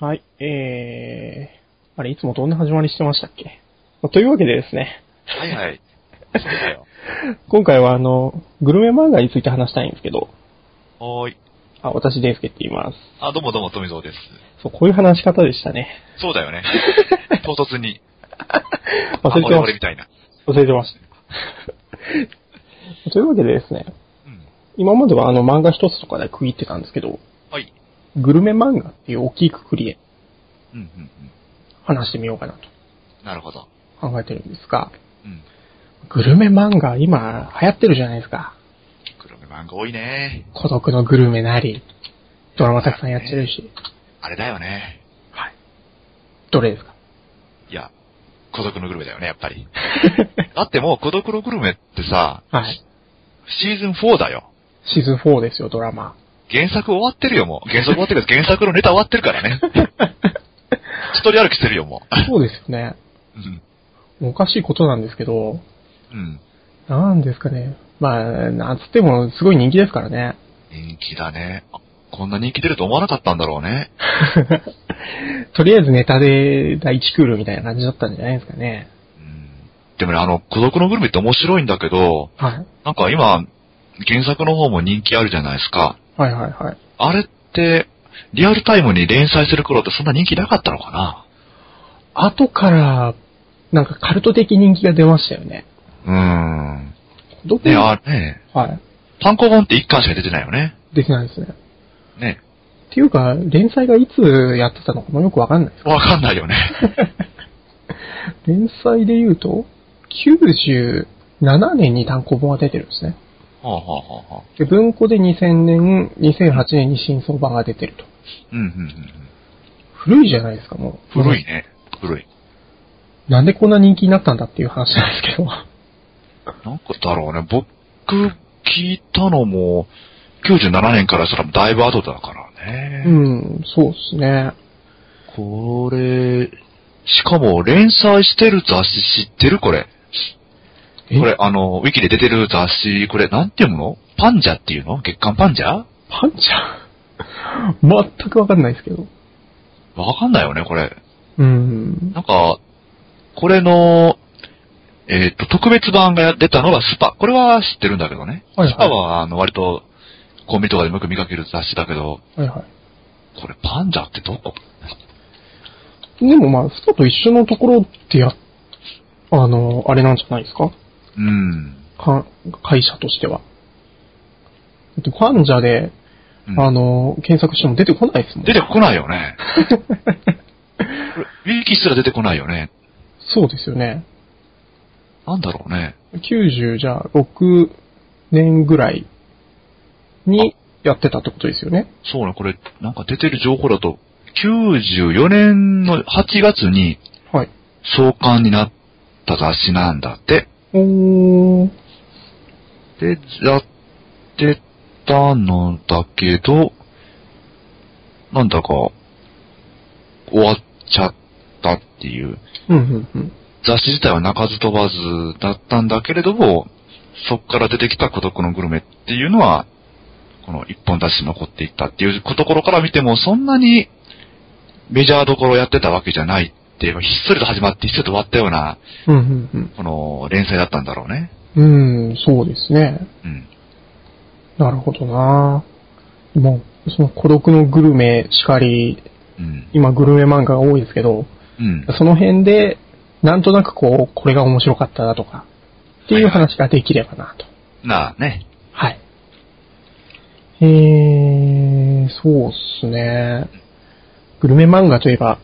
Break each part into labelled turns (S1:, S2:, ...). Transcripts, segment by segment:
S1: はい、えー、あれ、いつもどんな始まりしてましたっけまあというわけでですね、
S2: はいはい。そうだよ。
S1: 今回はあの、グルメ漫画について話したいんですけど、
S2: おーい。
S1: あ、私、デイスケって言います。
S2: あ、どうもどうも、富蔵です。
S1: そう、こういう話し方でしたね。
S2: そうだよ ね。唐突に。あ、
S1: 忘れ
S2: 俺
S1: てま
S2: 俺
S1: し
S2: みたいな。
S1: た。忘れてました。 というわけでですね、
S2: うん。
S1: 今まではあの漫画一つとかで区切ってたんですけど、
S2: はい。
S1: グルメ漫画っていう大きいくくりで
S2: うんうん
S1: 話してみようかなと
S2: うん。なるほど。
S1: 考えてるんですが、
S2: うん。
S1: グルメ漫画今流行ってるじゃないですか。
S2: 黒目漫画多いね。
S1: 孤独のグルメなり、ドラマたくさんやってるし、
S2: あれだよね。
S1: はい。どれですか
S2: いや、孤独のグルメだよね、やっぱり。だってもう孤独のグルメってさ、
S1: はい。
S2: シーズン4だよ。
S1: シーズン4ですよ、ドラマ。
S2: 原作終わってるよ、もう。原作終わってるから、原作のネタ終わってるから ね。一人歩きしてるよ、も
S1: そうですよね。
S2: う。うん。
S1: おかしいことなんですけど、
S2: うん。
S1: なんですかね。まあ、なんつっても、すごい人気ですからね。
S2: 人気だね。あこんな人気出ると思わなかったんだろうね。
S1: とりあえずネタで第一クールみたいな感じだったんじゃないですかね。
S2: うんでもね、あの、孤独のグルメって面白いんだけど、
S1: はい。
S2: なんか今、原作の方も人気あるじゃないですか。
S1: はいはいはい。
S2: あれって、リアルタイムに連載する頃ってそんな人気なかったのかな
S1: 後から、なんかカルト的人気が出ましたよね。
S2: うー
S1: どこ
S2: ん。ね、あれね、
S1: は
S2: 単行本って一巻しか出てないよね。
S1: い。できないですね。
S2: ね。
S1: っていうか、連載がいつやってたのかもよくわかんないです。
S2: わかんないよね。
S1: 連載で言うと、97年に単行本が出てるんですね。
S2: はあ、はあはあはあ、
S1: で、文庫で2000年、2008年に新装版が出てると。
S2: うん、うん、うん。
S1: 古いじゃないですか、もう。
S2: 古い。ね。古い。
S1: なんでこんな人気になったんだっていう話なんですけ ど。
S2: なんかだろうね、僕、聞いたのも、97年からしたらだいぶ後だからね。
S1: うん、そうですね。
S2: これ、しかも連載してる雑誌知ってるこれ。
S1: え
S2: これ、あの、ウィキで出てる雑誌、これ、なんていうのパンジャっていうの月刊パンジャ
S1: パンちゃん 全くわかんないですけど。
S2: わかんないよね、これ。
S1: うん。
S2: なんか、これの、えっ、と、特別版が出たのがスパ。これは知ってるんだけどね。
S1: はいはい
S2: スパは、あの、割と、コンビニとかでもよく見かける雑誌だけど、
S1: はいは
S2: これ、パンジャってどこ
S1: い。でもまあ、スタと一緒のところってや、あの、あれなんじゃないですか
S2: うん。
S1: か会社としては。だって患者で、
S2: うん
S1: あの、検索しても出てこないですもん。
S2: 出てこないよ ね。これウィキすら出てこないよね。
S1: そうですよね。
S2: なんだろうね。
S1: 90じゃあ6年ぐらいにやってたってことですよね。
S2: そうね、これ、なんか出てる情報だと、94年の8月に
S1: はい。
S2: 創刊になった雑誌なんだって。
S1: おー、
S2: で、やってたのだけど、なんだか、終わっちゃったっていう。
S1: うんうんうん。
S2: 雑誌自体は鳴かず飛ばずだったんだけれども、そっから出てきた孤独のグルメっていうのは、この一本雑誌に残っていったっていうところから見ても、そんなにメジャーどころやってたわけじゃないっていう、ひっそりと始まってひっそりと終わったような、
S1: うんうん
S2: この連載だったんだろうね。
S1: うん。うん、そうですね。
S2: うん。
S1: なるほどなもう、その孤独のグルメしかり、
S2: うん。
S1: 今グルメ漫画が多いですけど、
S2: うん。
S1: その辺で、なんとなくこう、これが面白かったなとか、っていう話ができればなと。
S2: なあね。
S1: はい。えー、そうっすね。グルメ漫画といえば、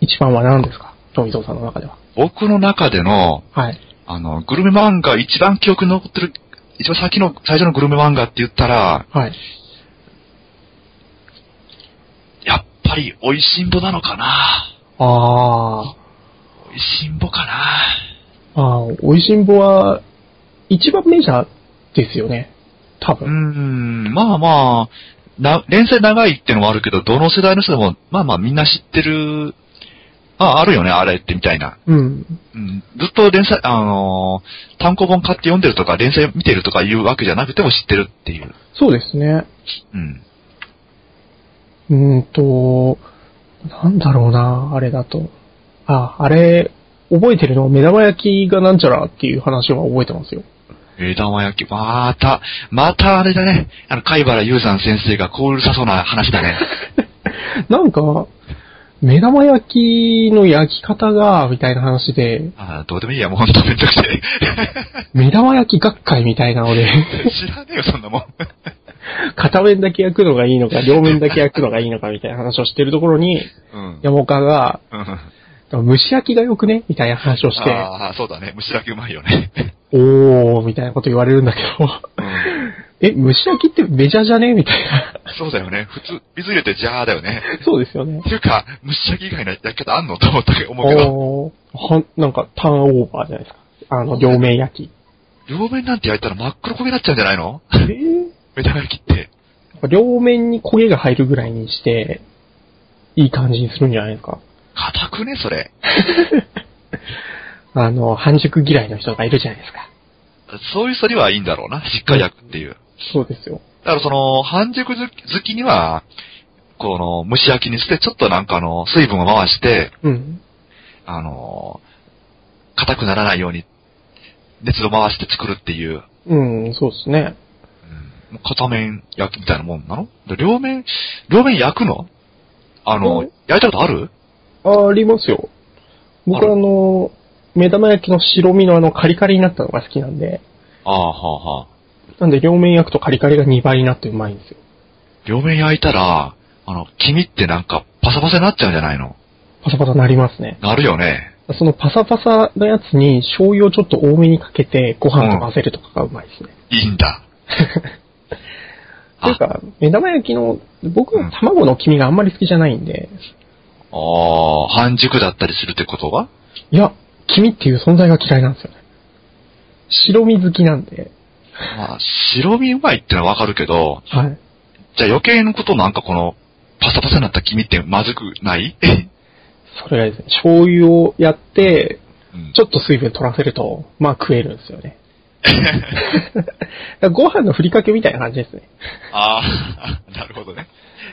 S1: 一番は何ですか富蔵さんの中では。
S2: 僕の中での、
S1: はい。
S2: あの、グルメ漫画、一番記憶に残ってる、一番先の、最初のグルメ漫画って言ったら、
S1: はい。
S2: やっぱり、美味しんぼなのかな
S1: あ
S2: 美味しんぼかな
S1: ー、あー、美味しんぼは、一番メジャーですよね。多
S2: うー
S1: 分。
S2: ん、まあまあ、な、連載長いってのもあるけど、どの世代の人でも、まあまあみんな知ってる、あ、あるよね、あれってみたいな。
S1: うん。
S2: うん、ずっと連載、あのー単行本買って読んでるとか、連載見てるとかいうわけじゃなくても知ってるっていう。
S1: そうですね。
S2: うん。
S1: うーんと、なんだろうな、あれだと。あ、あれ、覚えてるの目玉焼きがなんちゃらっていう話は覚えてますよ。
S2: 目玉焼き、また、またあれだね。あの、貝原雄山先生がこううるさそうな話 だね。
S1: なんか、目玉焼きの焼き方が、みたいな話で、
S2: あーどうでもいいや、もうほんとめんどくせえ。
S1: 目玉焼き学会みたいなので、
S2: 知らねえよ、そんなもん。
S1: 片面だけ焼くのがいいのか、両面だけ焼くのがいいのか、みたいな話をしてるところに、
S2: うん。
S1: 山岡が、
S2: うん
S1: 蒸し焼きがよくねみたいな話をして、
S2: ああ、そうだね。虫だけうまいよね。
S1: おー、みたいなこと言われるんだけど、
S2: うん。
S1: え、蒸し焼きってメジャーじゃねみたいな。
S2: そうだよね。普通、水入れてジャーだよね。
S1: そうですよね
S2: っ。ていうか、虫焼き以外の焼き方あんのと思ったけど、思うけど、
S1: おー、はなんかターンオーバーじゃないですか。あの、両面焼き。
S2: 両面なんて焼いたら真っ黒焦げになっちゃうんじゃないの
S1: えー
S2: 目玉焼きって。
S1: 両面に焦げが入るぐらいにして、いい感じにするんじゃないです か。
S2: 硬くね、それ。
S1: あの、半熟嫌いの人がいるじゃないですか。
S2: そういうそりはいいんだろうな。しっかり焼くっていう。
S1: そうですよ。
S2: だからその、半熟好き好きには、この、蒸し焼きにして、ちょっとなんかあの、水分を回して、
S1: うん。
S2: あの、硬くならないように、熱を回して作るっていう、
S1: うん、そうですね。
S2: うん片面焼きみたいなもんなので両面、両面焼くのあの、
S1: うん
S2: 焼いたことある
S1: ありますよ。僕
S2: あら
S1: あの、目玉焼きの白身のあのカリカリになったのが好きなんで、
S2: ああ、はあ、はあ。
S1: なんで両面焼くとカリカリが2倍になってうまいんですよ。
S2: 両面焼いたら、あの、黄身ってなんかパサパサになっちゃうんじゃないの
S1: パサパサなりますね。
S2: なるよね。
S1: そのパサパサのやつに醤油をちょっと多めにかけてご飯と混ぜるとかがうまいですね。
S2: いい んだ。
S1: というか、目玉焼きの、僕は卵の黄身があんまり好きじゃないんで、
S2: ああ、半熟だったりするってことが
S1: いや、黄身っていう存在が嫌いなんですよね。白身好きなんで、
S2: まあ、白身うまいってのはわかるけど、
S1: はい。
S2: じゃあ余計なことなんかこの、パサパサになった黄身ってまずくない
S1: それがですね、醤油をやって、
S2: うん
S1: ちょっと水分取らせると、まあ食えるんですよね。だからご飯のふりかけみたいな感じですね。
S2: ああ、なるほどね。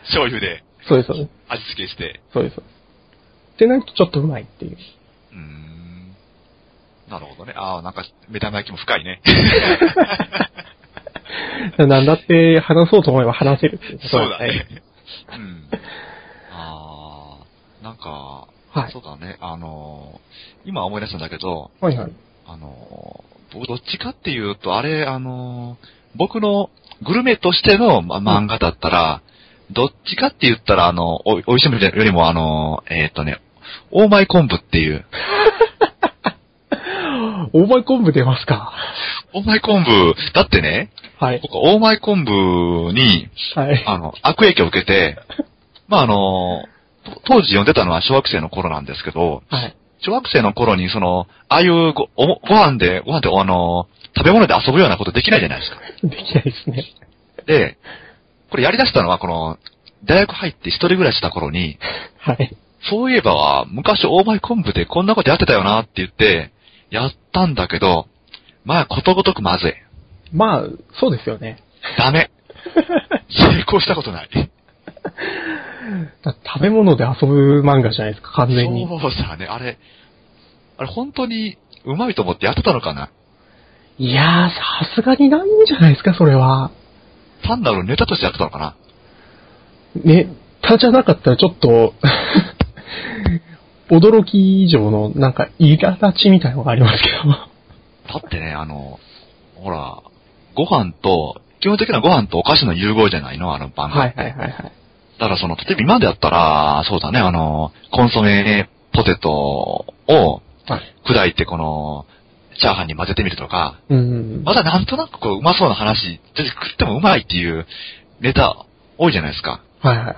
S2: 醤油で
S1: そうです、そうです。
S2: 味付けして。
S1: そうです。そうですってなるとちょっとうまいっていう。
S2: うーん。なるほどね。ああ、なんか目玉焼きも深い ね。
S1: なんだって話そうと思えば話せるっていこと
S2: そう
S1: なん
S2: だ
S1: です
S2: ね。うん。ああ、なんか、
S1: はい
S2: そうだね。あのー、今思い出したんだけど、
S1: はいはい。
S2: あのー、僕どっちかっていうと、あれ、あのー、僕のグルメとしての、ま、漫画だったら、どっちかって言ったら、あの、お、おいしいものよりも、あのー、えーっ、とね、オーマイ昆布っていう、
S1: オーバー昆布出ますか。
S2: オーマイ昆布、だってね、
S1: はい。
S2: 僕、オーマイ昆布に、
S1: はい。
S2: あの、悪影響を受けて、まあ、あのー、と当時読んでたのは小学生の頃なんですけど、
S1: はい。
S2: 小学生の頃に、その、ああいうご、おご飯で、ご飯で、あの、食べ物で遊ぶようなことできないじゃないですか。
S1: できないですね。
S2: で、これやり出したのは、この、大学入って一人暮らしした頃に、
S1: はい。
S2: そういえば、昔大前昆布でこんなことやってたよなって言って、やったんだけど、まあ、ことごとくまずい。
S1: まあ、そうですよね。
S2: ダメ。成功したことない。
S1: だって食べ物で遊ぶ漫画じゃないですか、完全に。
S2: そうさね、あれ、あれ本当に、うまいと思ってやってたのかない
S1: やー、さすがにないんじゃないですか、それは。
S2: 単なるネタとしてやってたのかな
S1: ね、他じゃなかったらちょっと、驚き以上の、なんか、苛立ちみたいなのがありますけ
S2: だってね、あの、ほら、ご飯と、基本的なご飯とお菓子の融合じゃないのあの
S1: ど。
S2: 番組。
S1: はいはいはいはい。
S2: だからその、例えば今でやったら、そうだね、あの、コンソメポテトを
S1: はい。
S2: 砕いてこの、チャーハンに混ぜてみるとか、
S1: うん。
S2: まだなんとなくこう、うまそうな話、で食ってもうまいっていうネタ多いじゃないですか。
S1: はいはいはい。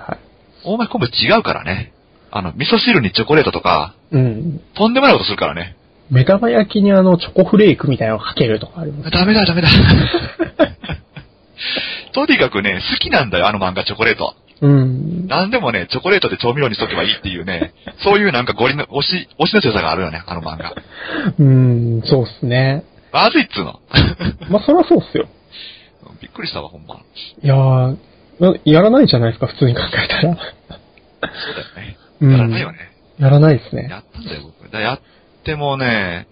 S2: 大前昆布違うからね。あの、味噌汁にチョコレートとか、
S1: うん。
S2: とんでもないことするからね。
S1: 目玉焼きにあの、チョコフレークみたいなのをかけるとかあり ます。
S2: ダメだ、ダメだ。 とにかくね、好きなんだよ、あの漫画、チョコレート。
S1: うん。
S2: なんでもね、チョコレートで調味料にしとけばいいっていうね、そういうなんかゴリの、推し、推しの強さがあるよね、あの漫画。
S1: うん、そうっすね。
S2: まずいっつうの。
S1: まあ、そりゃそうっすよ。
S2: びっくりしたわ、ほんま。
S1: いやー、なやらないじゃないですか、普通に考えたら。
S2: そうだよね。
S1: うん。
S2: やらないよね。
S1: やらないですね。
S2: やったんだよ、僕。だからやってもね、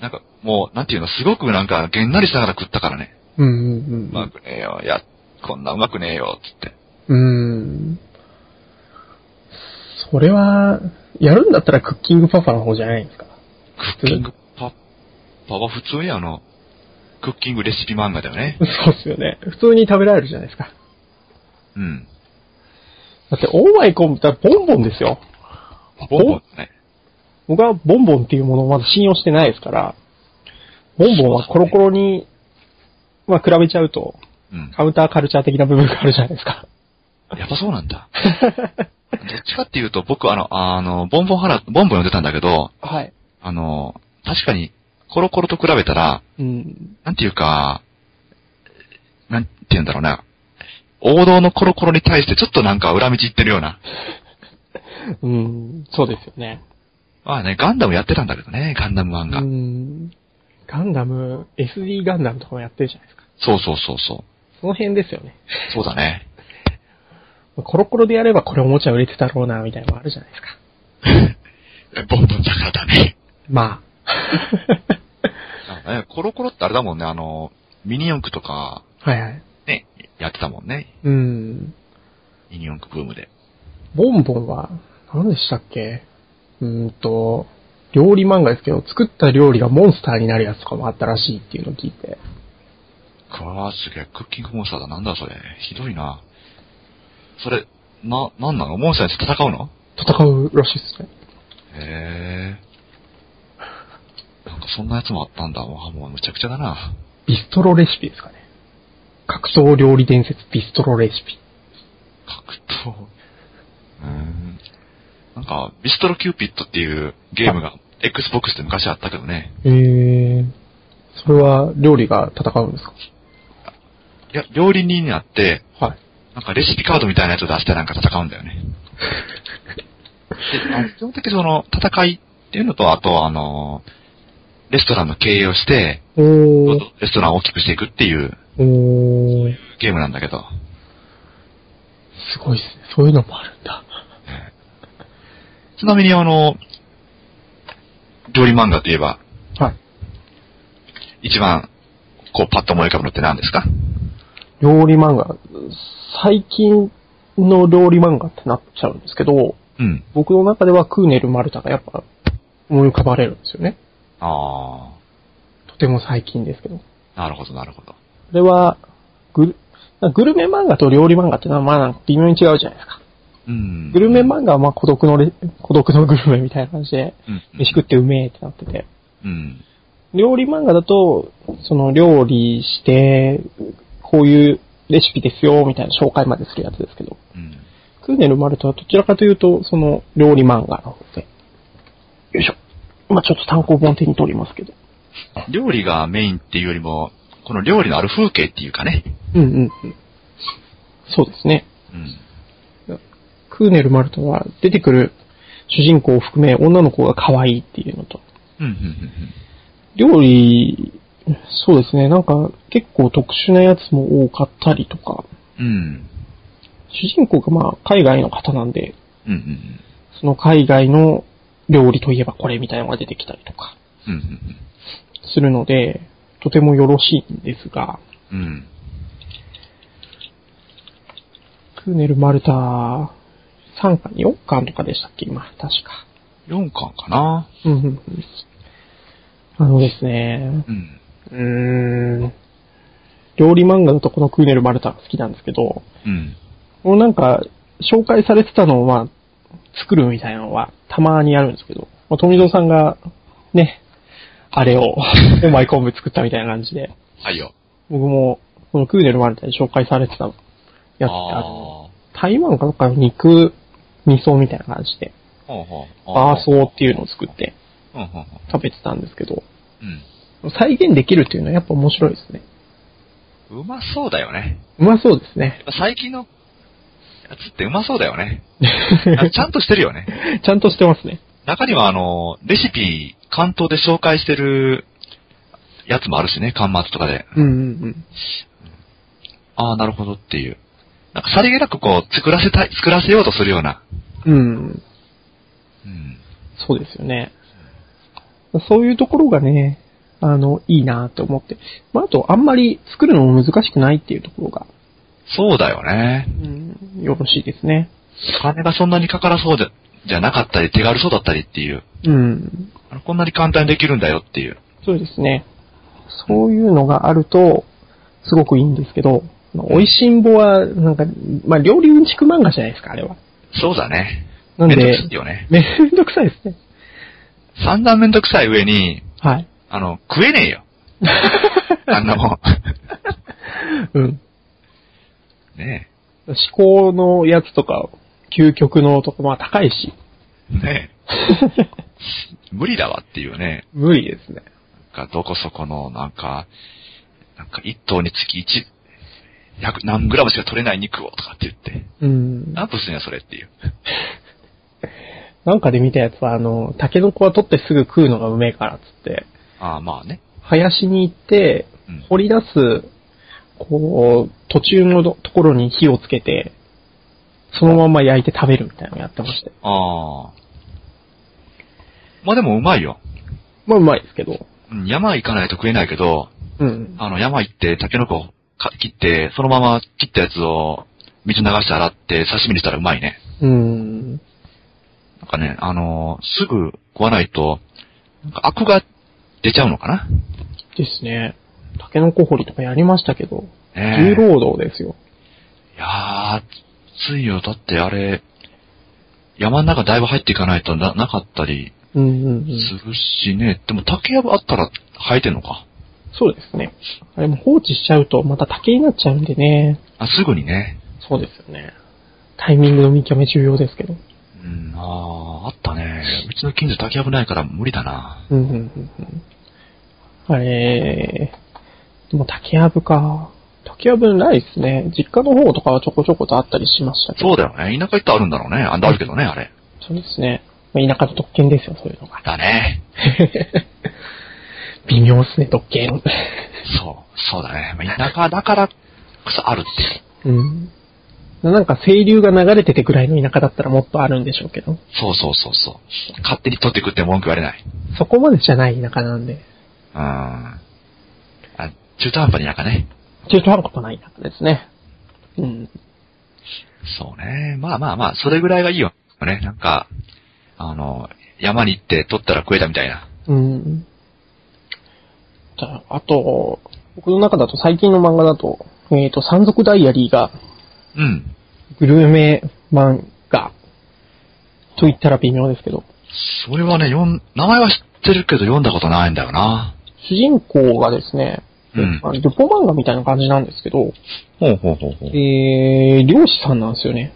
S2: なんか、もう、なんていうの、すごくなんか、げんなりしながら食ったからね。
S1: うんうんうん。
S2: うまくねえよ、や、こんなうまくねえよ、つって。
S1: うん。それは、やるんだったらクッキングパパの方じゃないんですか。
S2: クッキングパッパは普通にあの、クッキングレシピ漫画だよね
S1: そ。うっすよね。普通に食べられるじゃないですか。
S2: うん。
S1: だって、オーマイコンだったらボンボンですよ。
S2: ボンボンだね。
S1: 僕はボンボンっていうものをまだ信用してないですから、ボンボンはコロコロに、まあ比べちゃうと、
S2: うん。
S1: カウンターカルチャー的な部分があるじゃないですか。
S2: やっぱそうなんだ。どっちかっていうと、僕あの、あの、ボンボン腹、ボンボン読んでたんだけど、
S1: はい。
S2: あの、確かに、コロコロと比べたら、
S1: うん。
S2: なんていうか、なんて言うんだろうな。王道のコロコロに対してちょっとなんか裏道行ってるような。
S1: うん、そうですよね。
S2: まあね、ガンダムやってたんだけどね、ガンダム漫
S1: う
S2: 画。
S1: ん。ガンダム、SD ガンダムとかもやってるじゃないですか。
S2: そうそうそうそう。
S1: その辺ですよね。
S2: そうだ ね。
S1: コロコロでやればこれおもちゃ売れてたろうな、みたいなのもあるじゃないですか。
S2: ボンボンだからだね。
S1: ま
S2: あねコロコロってあれだもんね、あの、ミニ四駆とか、
S1: あ。 はいはい。
S2: ね、やってたもんね。
S1: うん。
S2: ミニ四駆ブームで。
S1: ボンボンは、何でしたっけうーんと、料理漫画ですけど、作った料理がモンスターになるやつとかもあったらしいっていうのを聞いて。
S2: かわすげえ、クッキングモンスターだ。なんだそれ。ひどいな。それ、な、なんなのモンスターにして戦うの
S1: 戦うらしいっすね。
S2: へえ。なんかそんなやつもあったんだ。もう、もうむちゃくちゃだな。
S1: ビストロレシピですかね。格闘料理伝説ビストロレシピ。
S2: 格闘。うーん。なんか、ビストロキューピッドっていうゲームが、Xbox で昔あったけどね。
S1: えー、それは料理が戦うんです
S2: いや、料理人になって、
S1: かはい。
S2: なんかレシピカードみたいなやつを出してなんか戦うんだよね。であの基本的にその、戦いっていうのと、あとあの、レストランの経営をして、
S1: おー、
S2: レストランを大きくしていくっていう
S1: おー、
S2: ゲームなんだけど、
S1: すごいっすね。そういうのもあるんだ。
S2: ちなみにあの、料理漫画といえば、
S1: はい。
S2: 一番、こう、パッと思い浮かぶのって何ですか
S1: 料理漫画、最近の料理漫画ってなっちゃうんですけど、
S2: うん。
S1: 僕の中ではクーネル・マルタがやっぱ思い浮かばれるんですよね。
S2: あ
S1: とても最近ですけど。こ
S2: ー、なるほど、なるほど。
S1: れは、グル、グルメ漫画と料理漫画ってのはまあなんか微妙に違うじゃないですか。
S2: うん。
S1: グルメ漫画はまあ孤独のレ、孤独のグルメみたいな感じで、
S2: うん
S1: 飯食ってうめえってなってて。
S2: うん。
S1: 料理漫画だと、その料理して、こういうレシピですよ、みたいな紹介までするやつですけど。
S2: うん。
S1: クーネル・マルトはどちらかというと、その料理漫画なので。よいしょ。まあちょっと単行本手に取りますけど。
S2: 料理がメインっていうよりも、この料理のある風景っていうかね。
S1: うんうんうん。そうですね。
S2: うん。
S1: クーネル・マルトは出てくる主人公を含め女の子が可愛いっていうのと、
S2: うん、うん、
S1: 料理、そうですね、なんか結構特殊なやつも多かったりとか、
S2: うん。うん。
S1: 主人公がまあ海外の方なんで、
S2: うん、うん。
S1: その海外の料理といえばこれみたいなのが出てきたりとか
S2: うん、
S1: するので、とてもよろしいんですが、
S2: うん。うん。
S1: クーネル・マルタ3巻、4巻とかでしたっけ、今、確か。
S2: 4巻かな
S1: うんうんうん。あのですね、
S2: うん。
S1: うーん。料理漫画だとこのクーネル・マルタが好きなんですけど、
S2: うん。
S1: もうなんか、紹介されてたのをまあ、作るみたいなのはたまにあるんですけど、まあ、富蔵さんが、ね、あれを、お前昆布作ったみたいな感じで、
S2: はいよ。
S1: 僕も、このクーネル・マルタで紹介されてたの、やつってある
S2: あ
S1: 台湾かどっかの肉、味噌みたいな感じで、
S2: ー。ほうほう。
S1: バーソ
S2: う。
S1: ーっていうのを作って
S2: うん、ほうほ
S1: 食べてたんですけど、
S2: う。うん。
S1: 再現できるっていうのはやっぱ面白いですね。
S2: うまそうだよね。
S1: うまそうです ね。
S2: 最近のやつってうまそうだよね。あちゃんとしてるよね。
S1: ちゃんとしてますね。
S2: 中にはあの、レシピ、関東で紹介してるやつもあるしね、巻末とかで。
S1: うんうん
S2: ああ、なるほどっていう。なんかさりげなくこう、作らせたい、作らせようとするような
S1: うん。うん。
S2: うん。
S1: そうですよね。そういうところがね、あの、いいなって思って。まあ、あと、あんまり作るのも難しくないっていうところが、
S2: そうだよね。
S1: うん、よろしいですね。
S2: お金がそんなにかからそうじゃじゃなかったり、手軽そうだったりっていう。
S1: うん。
S2: あのこんなに簡単にできるんだよっていう。
S1: そうですね。そういうのがあると、すごくいいんですけど、美味しんぼは、なんか、まあ、料理うんちく漫画じゃないですか、あれは。
S2: そうだね。
S1: なんで
S2: めんどくさいよね。
S1: めんどくさいですね。
S2: 散々めんどくさい上に、
S1: はい。
S2: あの、食えねえよ。あんなも
S1: うん。
S2: ん。ね
S1: 思考のやつとか、究極のとか、まあ、高い し。
S2: え。ねえ。無理だわっていうね。
S1: 無理ですね。
S2: なんかどこそこの、なんか、なんか一頭につき一、百何グラムしか取れない肉をとかって言って。
S1: うん。
S2: なんとしてんやそれっていう。
S1: なんかで見たやつは、あの、タケノコは取ってすぐ食うのがうめえからっつって、
S2: ああ、まあね。
S1: 林に行って
S2: うん、
S1: 掘り出す、こう、途中のところに火をつけて、そのまま焼いて食べるみたいなのをやってましたよ。
S2: ああ。まあでもうまいよ。
S1: まあ、うまいですけど。
S2: うん山行かないと食えないけど、
S1: うん。
S2: あの山行ってタケノコをか切って、そのまま切ったやつを水流して洗って刺身にしたらうまいね。
S1: うん。
S2: なんかね、あのーすぐ食わないと、なんかアクが出ちゃうのかな
S1: ですね。タケノコ掘りとかやりましたけど、重
S2: ねえ
S1: 労働ですよ。
S2: いやー、きついよ。だってあれ、山の中だいぶ入っていかないとな、なかったり
S1: うんうんう
S2: す
S1: ん。
S2: るしね。でも竹やぶあったら生えてんのか。
S1: そうですね。あれも放置しちゃうと、また竹になっちゃうんでね。
S2: あ、すぐにね。
S1: そうですよね。タイミングの見極め重要ですけど。
S2: うん、あー、あったね。うちの近所竹やぶないから無理だな。
S1: うんうんうんうん。あれ、でも竹やぶか。竹やぶないですね。実家の方とかはちょこちょことあったりしましたけど。
S2: そうだよね。田舎行ったらあるんだろうね。あんだあるけどね、あれ。
S1: そうですね。まあ田舎の特権ですよ、そういうのが。
S2: だね。
S1: 微妙ですね、特権。
S2: そう、そうだね。まあ田舎だからこそあるっていう。
S1: うん。なんか清流が流れててぐらいの田舎だったらもっとあるんでしょうけど。
S2: そうそうそうそう。勝手に取ってくって文句言われない。
S1: そこまでじゃない田舎なんで。
S2: うん。あ、中途半端になんかね。
S1: 中途半端ない田舎ですね。うん。
S2: そうね。まあまあまあ、それぐらいがいいよ。ね、なんか、あの、山に行って取ったら食えたみたいな。
S1: うん。じゃあ、あと、僕の中だと最近の漫画だと、えっ、と、山賊ダイアリーが
S2: うん。
S1: グルメ漫画と言ったら微妙ですけど、
S2: それはね、読ん、名前は知ってるけど読んだことないんだよな。
S1: 主人公がですね、
S2: うん
S1: まあ旅行漫画みたいな感じなんですけど、
S2: ほうほうほうほう。
S1: えー、漁師さんなんですよね。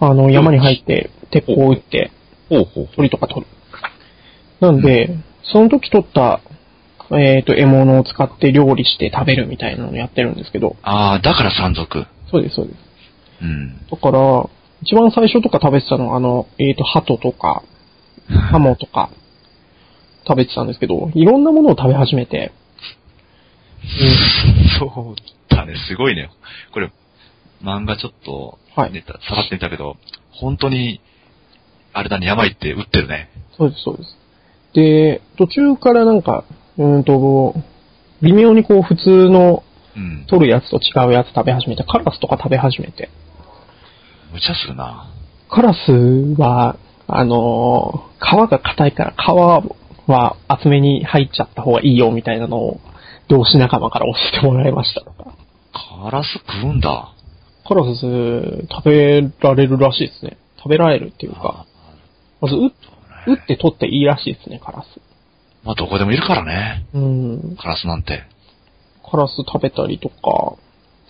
S1: あの、山に入って、鉄砲を撃って、
S2: ほうほうほう。
S1: 鳥とか取る。なんで、その時取った、えっ、と、獲物を使って料理して食べるみたいなのをやってるんですけど、
S2: ああ、だから山賊。
S1: そうです、そうです。
S2: うん。
S1: だから、一番最初とか食べてたのは、あの、えっ、と、鳩とか、ハモとか、食べてたんですけど、いろんなものを食べ始めて、
S2: そうだね、すごいね。これ、漫画ちょっと、
S1: はい
S2: ね、さらってみたけど、本当に、あれだね、山行って撃ってるね。
S1: そうです、そうです。で、途中からなんか、うーんと、微妙にこう、普通の
S2: うん。
S1: 取るやつと違うやつ食べ始めて、カラスとか食べ始めて、
S2: 無茶するな。
S1: カラスは、あのー皮が硬いから皮は厚めに入っちゃった方がいいよみたいなのを、同志仲間から教えてもらいましたとか。
S2: カラス食うんだ。
S1: カラス食べられるらしいですね。食べられるっていうか、まず、う
S2: あ
S1: 打って取っていいらしいですね、カラス。
S2: まあ、どこでもいるからね。
S1: うん。
S2: カラスなんて。
S1: カラス食べたりとか、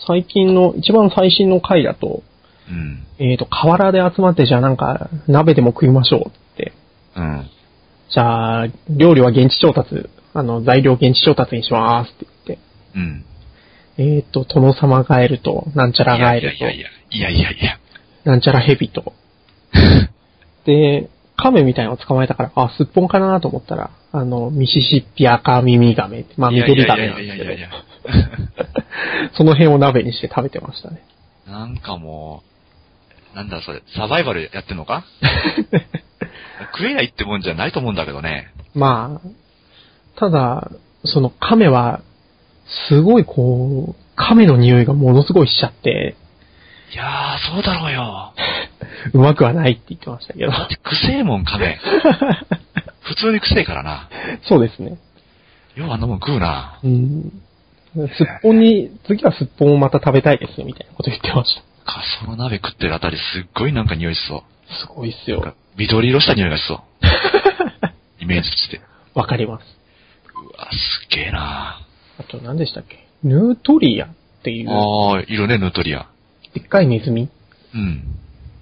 S1: 最近の、一番最新の回だと、
S2: うん。
S1: えっ、と、河原で集まって、じゃあなんか、鍋でも食いましょうって。
S2: うん。
S1: じゃあ、料理は現地調達、あの、材料現地調達にしますって
S2: うん。
S1: 言って。えっ、と、殿様がエルと、なんちゃらガエル
S2: い
S1: と
S2: や、いやいやいやいやいやいや。
S1: なんちゃらヘビと。で、亀みたいなのを捕まえたから、あ、すっぽんかなと思ったら、あの、ミシシッピ赤耳ガメって、 まあ、
S2: いやい
S1: 緑
S2: や
S1: ガ
S2: い
S1: メなんです
S2: やいやい
S1: けど
S2: やい、や。
S1: その辺を鍋にして食べてました ね。
S2: なんかもう、なんだそれ、サバイバルやってんのか食えないってもんじゃないと思うんだけどね。
S1: まあ、ただ、その亀は、すごいこう、亀の匂いがものすごいしちゃって、
S2: いやー、そうだろうよ。
S1: うまくはないって言ってましたけど。
S2: だって、くせえもん、 亀。普通にくせえからな。
S1: そうですね。
S2: ようあんなもん食うな。
S1: うん。すっぽんに、次はすっぽんをまた食べたいですみたいなこと言ってました。
S2: か、その鍋食ってるあたりすっごいなんか匂いしそ
S1: すごいっす
S2: う。なん
S1: よ
S2: か。緑色した匂いがし そう。イメージとして。
S1: わかります。
S2: うわ、すっげえな
S1: あと何でしたっけヌートリアっていう、
S2: あー、いるね、ヌートリア。
S1: でっかいネズミ
S2: うん。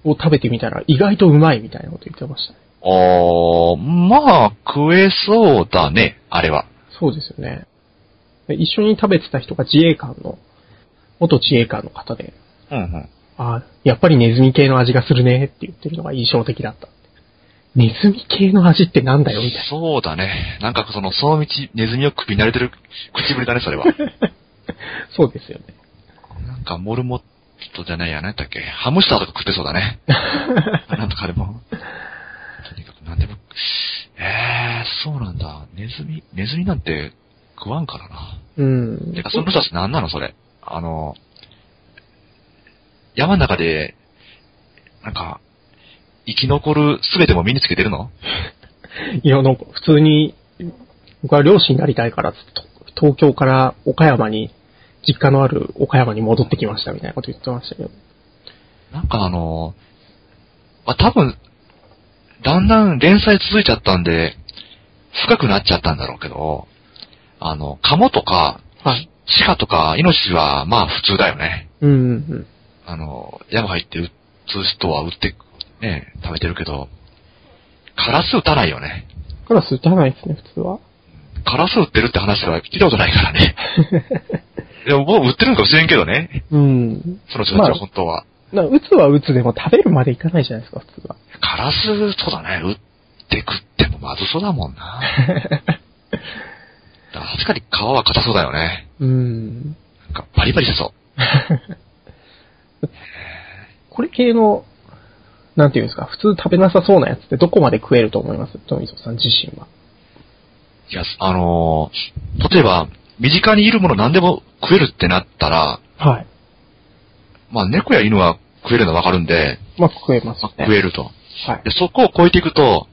S1: を食べてみたら意外とうまいみたいなこと言ってましたね。
S2: あー、まあ、食えそうだね、あれは。
S1: そうですよね。で一緒に食べてた人が自衛官の、元自衛官の方で、
S2: うんうん。
S1: あやっぱりネズミ系の味がするねって言ってるのが印象的だった。ネズミ系の味ってなんだよみたい
S2: そうだね。なんかその、その道、ネズミを首慣れてる口ぶりだね、それは。
S1: な。そうですよね。
S2: なんか、モルモットじゃないや、なんだっけ。ハムスターとか食ってそうだね。なんとかでも。とにかく何でも。えー、そうなんだ。ネズミ、ネズミなんて食わんからな。
S1: うん
S2: て。か、その人たち何なの、それ。あの、山の中で、なんか、生き残る術でも身につけてるの
S1: いや、なんか普通に、僕は漁師になりたいからっつって、と東京から岡山に、実家のある岡山に戻ってきましたみたいなこと言ってましたけど。
S2: なんかあの、まあ、多分、だんだん連載続いちゃったんで、深くなっちゃったんだろうけど、あの、カモとか、
S1: はい。
S2: 鹿とか、イノシシは、まあ普通だよね。
S1: うんうん
S2: あの、山入って撃つ人は撃って、ね、食べてるけど、カラス撃たないよね。
S1: うん。カラス打たないですね、普通は。
S2: カラス撃ってるって話は聞いたことないから ね。いや、もう撃ってるのかもしれんけどね。
S1: うん。
S2: その人たちは本当は。
S1: な、打つは打つでも食べるまでいかないじゃないですか、普通は。
S2: カラス、そうだね、撃って食ってもまずそうだもんな。確かに皮は硬そうだよね。
S1: うん。
S2: なんかバリバリしてそ
S1: これ系の、なんていうんですか、普通食べなさそうなやつってどこまで食えると思います富蔵さん自身は。
S2: う。いや、あのー例えば、身近にいるもの何でも食えるってなったら、
S1: はい。
S2: まあ猫や犬は食えるのはわかるんで、
S1: まあ、食えます
S2: まあ
S1: ね。
S2: 食えると。
S1: はい
S2: で、。そこを超えていくと、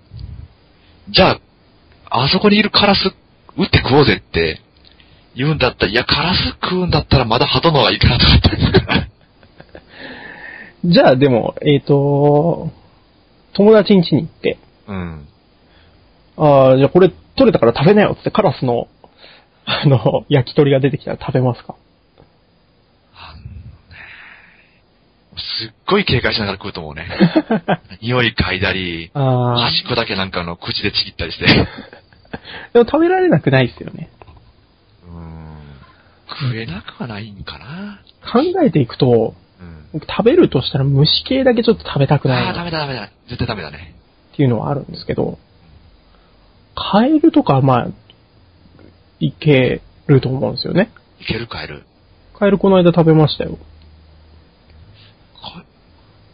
S2: じゃあ、あそこにいるカラス、撃って食おうぜって言うんだったら、いや、カラス食うんだったらまだ鳩の方がいいかなとかって思うから。
S1: じゃあ、でも、えっ、と、友達ん家に行って、
S2: うん。
S1: ああ、じゃあこれ取れたから食べなよっつってカラスの、 あの、焼き鳥が出てきたら食べますか
S2: あのねすっごい警戒しながら食うと思うね。 匂い嗅いだり、
S1: ああ
S2: 端、っこだけなんかあの口でちぎったりして。う
S1: でも食べられなくないですよね。
S2: ーん食えなくはないんかな。
S1: 考えていくと、
S2: うん。
S1: 僕食べるとしたら虫系だけちょっと食べたく
S2: あ
S1: な
S2: あ、
S1: いな
S2: ダ
S1: っ
S2: メだダメだ。絶対ダメだね。
S1: ていうのはあるんですけど、カエルとか、まあ、いけると思うんですよね。
S2: いけるカエル。
S1: カエルこの間食べましたよ。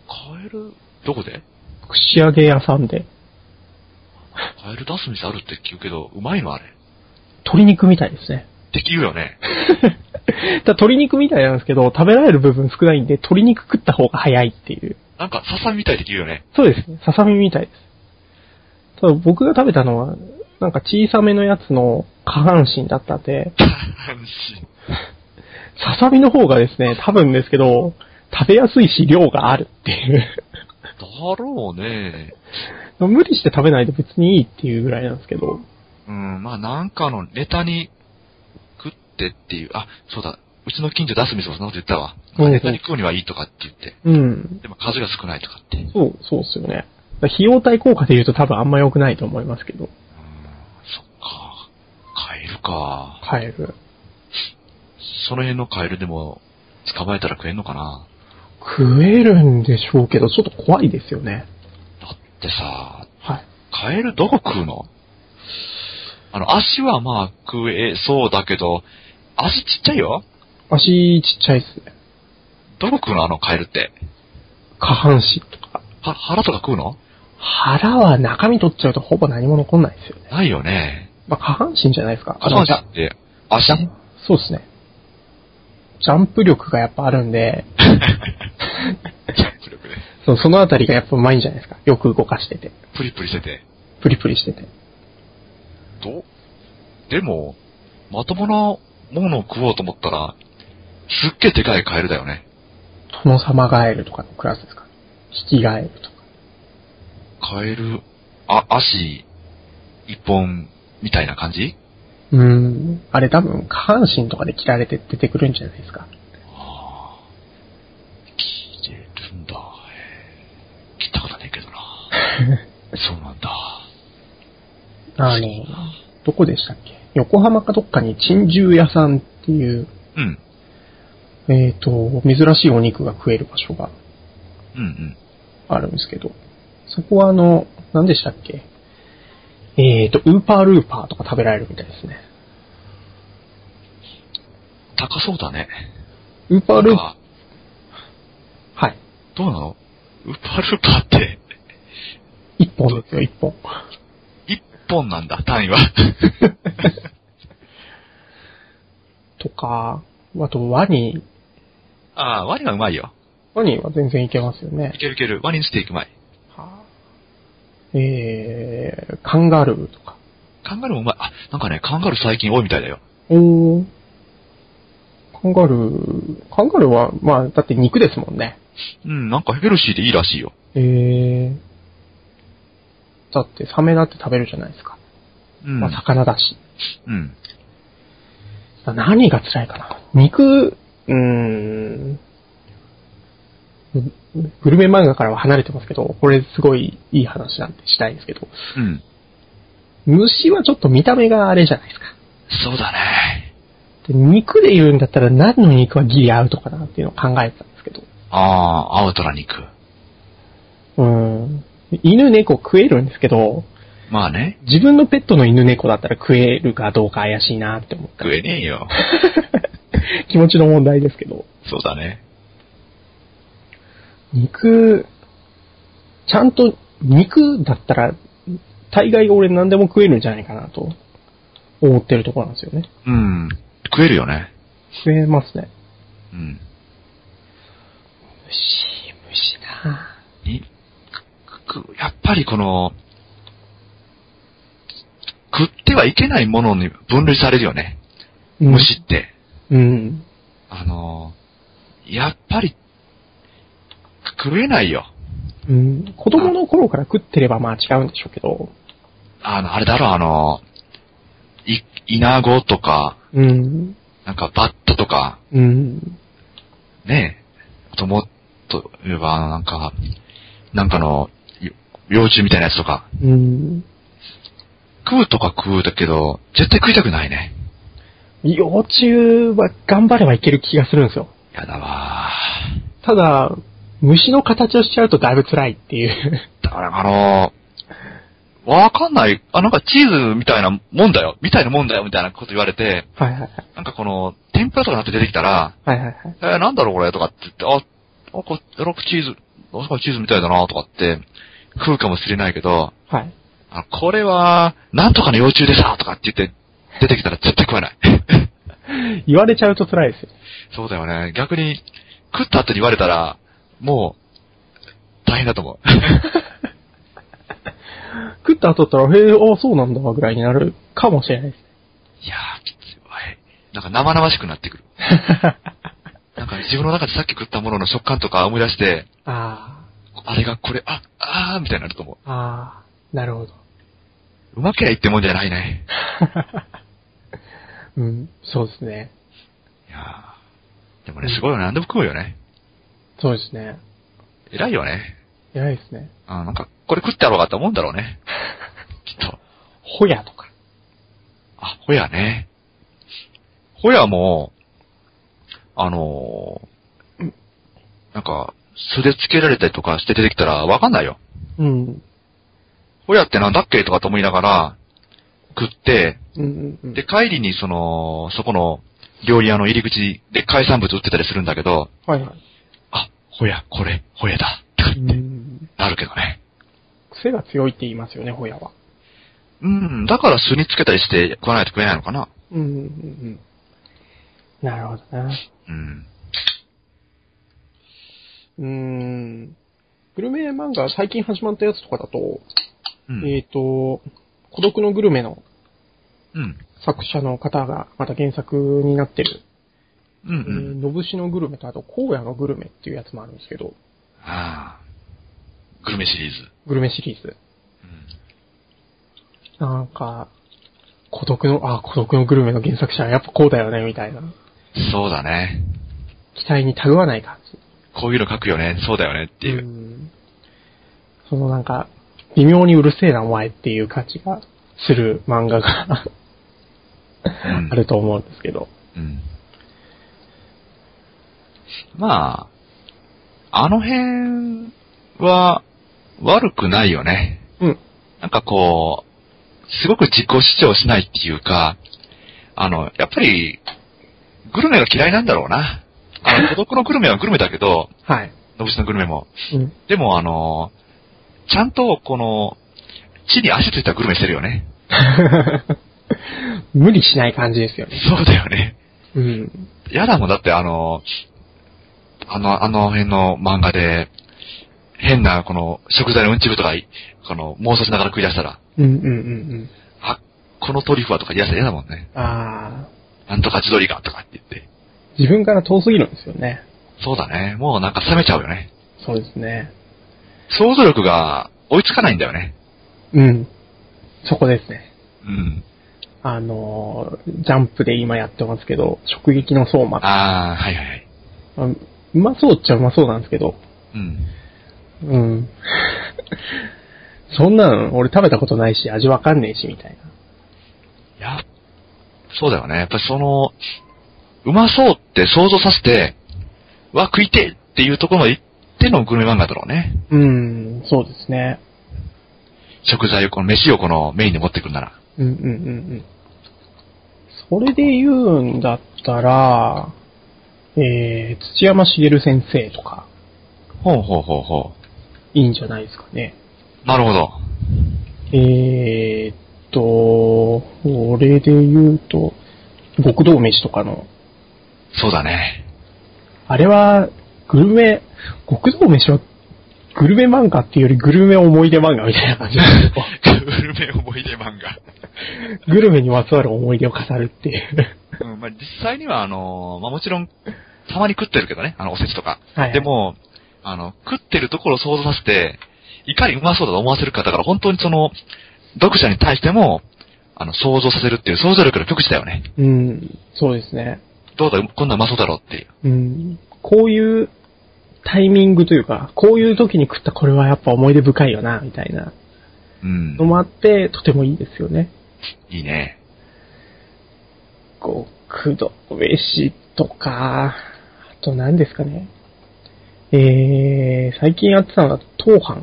S2: カカエル、どこで
S1: 串揚げ屋さんで。
S2: カエル出す店あるって聞くけど、うまいのあれ。
S1: 鶏肉みたいですね。
S2: って言うよね。
S1: ただ鶏肉みたいなんですけど、食べられる部分少ないんで、鶏肉食った方が早いっていう。
S2: なんか、ササミみたいって言うよね。
S1: そうですね。ささみみたいです。ただ僕が食べたのは、なんか小さめのやつの下半身だったんで、
S2: 安心
S1: ささみの方がですね、多分ですけど、食べやすいし量があるっていう。
S2: だろうね。
S1: 無理して食べないで別にいいっていうぐらいなんですけど。
S2: うん、まあなんかのネタに食ってっていう、あ、そうだ、うちの近所出す店もそんなこと言ったわ。
S1: うん
S2: ネタに食うにはいいとかって言って。
S1: うん。
S2: でも数が少ないとかって。うん、
S1: そう、そうっすよね。だから費用対効果で言うと多分あんま良くないと思いますけど、
S2: そっか。カエルか。
S1: カエル。
S2: その辺のカエルでも捕まえたら食えんのかな。
S1: 食えるんでしょうけど、ちょっと怖いですよね。
S2: だってさ、
S1: はい。
S2: カエルどこ食うのあの、足はまあ食えそうだけど、足ちっちゃいよ
S1: 足ちっちゃいっすね。
S2: どこ食うのあのカエルって。
S1: 下半身とか。
S2: は、腹とか食うの
S1: 腹は中身取っちゃうとほぼ何も残んないですよね。
S2: ないよね。
S1: まあ、下半身じゃないですか。あ
S2: 下
S1: の
S2: 半身って、足
S1: ジ ャンそうですね。ジャンプ力がやっぱあるんで、
S2: プリプリ
S1: そうそのあたりがやっぱうまいんじゃないですか。よく動かしてて。
S2: プリプリしてて。
S1: プリプリしてて。
S2: どうでも、まともなものを食おうと思ったら、すっげえでかいカエルだよね。
S1: 殿様ガエルとかのクラスですか。引きガエルとか。
S2: カエル、あ、足、一本、みたいな感じ
S1: うーん。あれ多分、下半身とかで切られて出てくるんじゃないですか。
S2: あー切れるんだ。へー切ったことねえけどな。そうなんだ。
S1: あの、どこでしたっけ横浜かどっかに珍獣屋さんっていう、
S2: うん。
S1: えっ、と、珍しいお肉が食える場所が
S2: うんうん。
S1: あるんですけど、そこはあの、何でしたっけえっ、と、ウーパールーパーとか食べられるみたいですね。
S2: 高そうだね。
S1: ウーパールー
S2: なんか
S1: はい。
S2: どうなのウーパールーパーって、
S1: 一本ですよ、一本。
S2: 一本なんだ、単位は。
S1: とか、あとワニ、
S2: ああ、ワニはうまいよ。
S1: ワニは全然いけますよ
S2: い
S1: ね。
S2: けるいける。ワニのステーキうまい。
S1: はあえー、カンガルーとか。
S2: カンガルーもうまい。あ、なんかね、カンガルー最近多いみたいだよ。
S1: おー。カンガルー、カンガルーは、まあ、だって肉ですもんね。
S2: うん、なんかヘルシーでいいらしいよ。
S1: えー。だって、サメだって食べるじゃないですか。
S2: うん。
S1: まあ、魚だし。
S2: うん。
S1: だから何が辛いかな。肉、うーん。グルメ漫画からは離れてますけど、これすごいいい話なんてしたいんですけど、
S2: うん。
S1: 虫はちょっと見た目があれじゃないですか。
S2: そうだね。
S1: で肉で言うんだったら何の肉はギリ合うとかなっていうのを考えてたんですけど。
S2: ああー、アウトな肉。
S1: うん。犬猫食えるんですけど、
S2: まあね。
S1: 自分のペットの犬猫だったら食えるかどうか怪しいなって思った。
S2: 食えねえよ。
S1: 気持ちの問題ですけど。
S2: そうだね。
S1: 肉、ちゃんと肉だったら、大概俺何でも食えるんじゃないかなと思ってるところなんですよね。
S2: うん。食えるよね。
S1: 食えますね。
S2: うん。
S1: 虫、虫なぁ
S2: に、くやっぱりこの、食ってはいけないものに分類されるよね。
S1: うん
S2: 虫って。
S1: うん。
S2: あのー、やっぱり、食えないよ。
S1: うん。子供の頃から食ってればまあ違うんでしょうけど。
S2: あの、あれだろ、あの、い、イナゴとか、
S1: うん。
S2: なんかバッタとか、
S1: うん。
S2: ねあともっと言えば、あの、なんか、なんかの、よ幼虫みたいなやつとか、
S1: うん。
S2: 食うとか食うだけど、絶対食いたくないね。
S1: 幼虫は頑張ればいける気がするんですよ。
S2: やだわ
S1: ただ、虫の形をしちゃうとだいぶ辛いっていう。
S2: ーだから、あの、わかんない、あ、なんかチーズみたいなもんだよ、みたいなもんだよ、みたいなこと言われて、
S1: はいはいはい。
S2: なんかこの、天ぷらとかなって出てきたら、
S1: はいはいはい。
S2: えーなんだろうこれとかって言って、あ、なんか、ロックチーズ、なんかチーズみたいだなとかって、食うかもしれないけど、
S1: はい。
S2: あこれは、なんとかの幼虫でさとかって言って、出てきたら絶対食わない。
S1: 言われちゃうと辛いですよ。
S2: そうだよね。逆に、食った後に言われたら、もう、大変だと思う。
S1: 食った後だったら、へえ、ああ、そうなんだ、ぐらいになるかもしれないです。
S2: いやー、きついわい。なんか生々しくなってくる。なんか自分の中でさっき食ったものの食感とか思い出して、
S1: あ
S2: あれがこれ、あ、あーみたいになると思
S1: あ、ああ、なるほど。
S2: う。うまけりゃいいってもんじゃないね。
S1: うん、そうですね。
S2: いやーでもね、すごいよね。何でも食うよね。
S1: そうですね。
S2: 偉いよね。
S1: 偉いですね。
S2: あなんか、これ食ってやろうかって思うんだろうね。きっと。
S1: ホヤとか。
S2: あ、ホヤね。ホヤも、あのーなんか、素でつけられたりとかして出てきたらわかんないよ。
S1: うん。
S2: ホヤってなんだっけとかと思いながら、食って、
S1: うんうんうん。
S2: で、帰りにその、そこの料理屋の入り口で海産物売ってたりするんだけど、
S1: はいはい。
S2: あ、ホヤ、これ、ホヤだ。って
S1: うん。
S2: なるけどね。
S1: 癖が強いって言いますよね、ホヤは。
S2: うん、だから酢につけたりして食わないと食えないのかな。
S1: うん、うん、うん。なるほどな。
S2: うん。
S1: うーん。グルメ漫画、最近始まったやつとかだと、
S2: うん。
S1: えっ、と、孤独のグルメの
S2: うん。
S1: 作者の方がまた原作になってる、
S2: うん
S1: え
S2: うん。
S1: ーのぶしのグルメとあと、荒野のグルメっていうやつもあるんですけど、
S2: はあ。グルメシリーズ。
S1: グルメシリーズ。
S2: うん
S1: なんか、孤独の、あ、孤独のグルメの原作者はやっぱこうだよね、みたいな。
S2: そうだね。
S1: 期待にたぐわない感じ。
S2: こういうの書くよね。そうだよね。っていうう。
S1: んそのなんか、微妙にうるせえなお前っていう感じがする漫画が
S2: うん
S1: あると思うんですけど。
S2: うん。まあ、あの辺は悪くないよね。
S1: うん。
S2: なんかこう、すごく自己主張しないっていうか、あの、やっぱり、グルメが嫌いなんだろうな。あの、孤独のグルメはグルメだけど、
S1: はい。
S2: のぶしのグルメも。
S1: うん。
S2: でもあの、ちゃんとこの、地に足ついたグルメしてるよね。
S1: 無理しない感じですよね。
S2: そうだよね。
S1: うん。
S2: やだもん、だってあの、あの、あの辺の漫画で、変な、この、食材のうんちくとか、この、妄想しながら食い出したら、
S1: うんうんうん
S2: あ、このトリュフはとか言い出したら嫌だもんね。
S1: うん。ああ、
S2: なんとか自撮りがとかって言って。
S1: 自分から遠すぎるんですよね。
S2: そうだね。もうなんか冷めちゃうよね。
S1: そうですね。
S2: 想像力が追いつかないんだよね。
S1: うん。そこですね。
S2: うん。
S1: あのー、ジャンプで今やってますけど、直撃の相馬。
S2: あー、はいはいはい。
S1: あうまそうっちゃうまそうなんですけど、
S2: うん。
S1: うん。そんなん俺食べたことないし、味わかんねえし、みたい
S2: いや、そうだよね。やっぱりその、うまそうって想像させて、わ、食いてえっていうところまで行ってのグルメ漫画だろうね。
S1: な。うん、そうですね。
S2: 食材を、この飯をこのメインで持ってくるなら。
S1: うんうんうんうん。それで言うんだったら、えー、土山茂先生とか、
S2: ほうほうほうほ
S1: いいんじゃないですかね。
S2: う。なるほど。
S1: えーっと、これで言うと、極道飯とかの、
S2: そうだ ね。
S1: あれは、グルメ、極道飯は、グルメ漫画っていうよりグルメ思い出漫画みたいな感じなんですけど
S2: グルメ思い出漫画。
S1: グルメにまつわる思い出を語るっていう。
S2: うん、まあ、実際にはあの、まあ、もちろん、たまに食ってるけどね、あの、おせちとか。
S1: はいはい
S2: でも、あの、食ってるところを想像させて、いかにうまそうだと思わせるかだから、本当にその、読者に対しても、あの、想像させるっていう想像力の極致だよね。
S1: うん、そうですね。
S2: どうだ、こんなんうまそうだろうっていう。
S1: うん、こういうタイミングというか、こういう時に食ったこれはやっぱ思い出深いよな、みたいな
S2: うん
S1: の。もあって、とてもいいですよね。
S2: いいね。
S1: 極道飯とか、あと何ですかね。えー、最近やってたのが、当飯。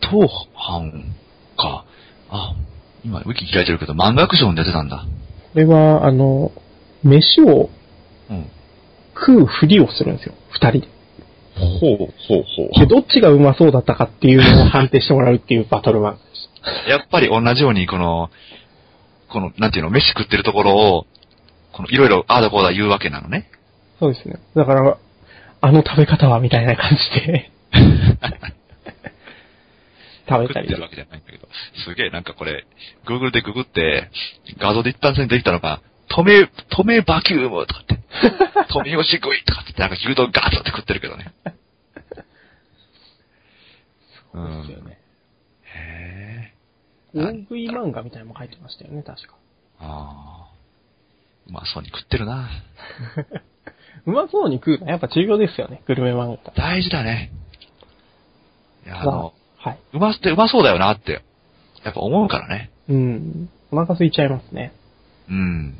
S2: 当班か。あ、今、ウィキ開いてるけど、漫画アクション出てたんだ。
S1: これは、あの、飯を
S2: うん。
S1: 食うふりをするんですよ、二人で。
S2: ほう、ほう、ほ
S1: で、どっちがうまそうだったかっていうのを判定してもらうっていうバトルマンでし
S2: やっぱり同じように、この、この、なんていうの、飯食ってるところを、この、いろいろ、ああだこうだ言うわけなのね。
S1: た。そうですね。だから、あの食べ方はみたいな感じで食べ
S2: 食
S1: た
S2: っ
S1: り
S2: てるわけじゃないんだけど。すげえ、なんかこれ、Google でググって、画像で一旦線できたのが、止め、止めバキュームとか って、止め吉食いとかって、なんか牛丼ガーッとって食ってるけどね。う
S1: そうですよ
S2: ん。
S1: ね。
S2: へえ。
S1: 大食い漫画みたいなのも書いてましたよね、確か。
S2: ああ。うまそうに食ってるな。
S1: うまそうに食うのはやっぱ重要ですよね、グルメ漫画。
S2: 大事だね。いや、あの、
S1: はい。
S2: うまって、うまそうだよなって、やっぱ思うからね。
S1: うん。お腹空いちゃいますね。
S2: うん。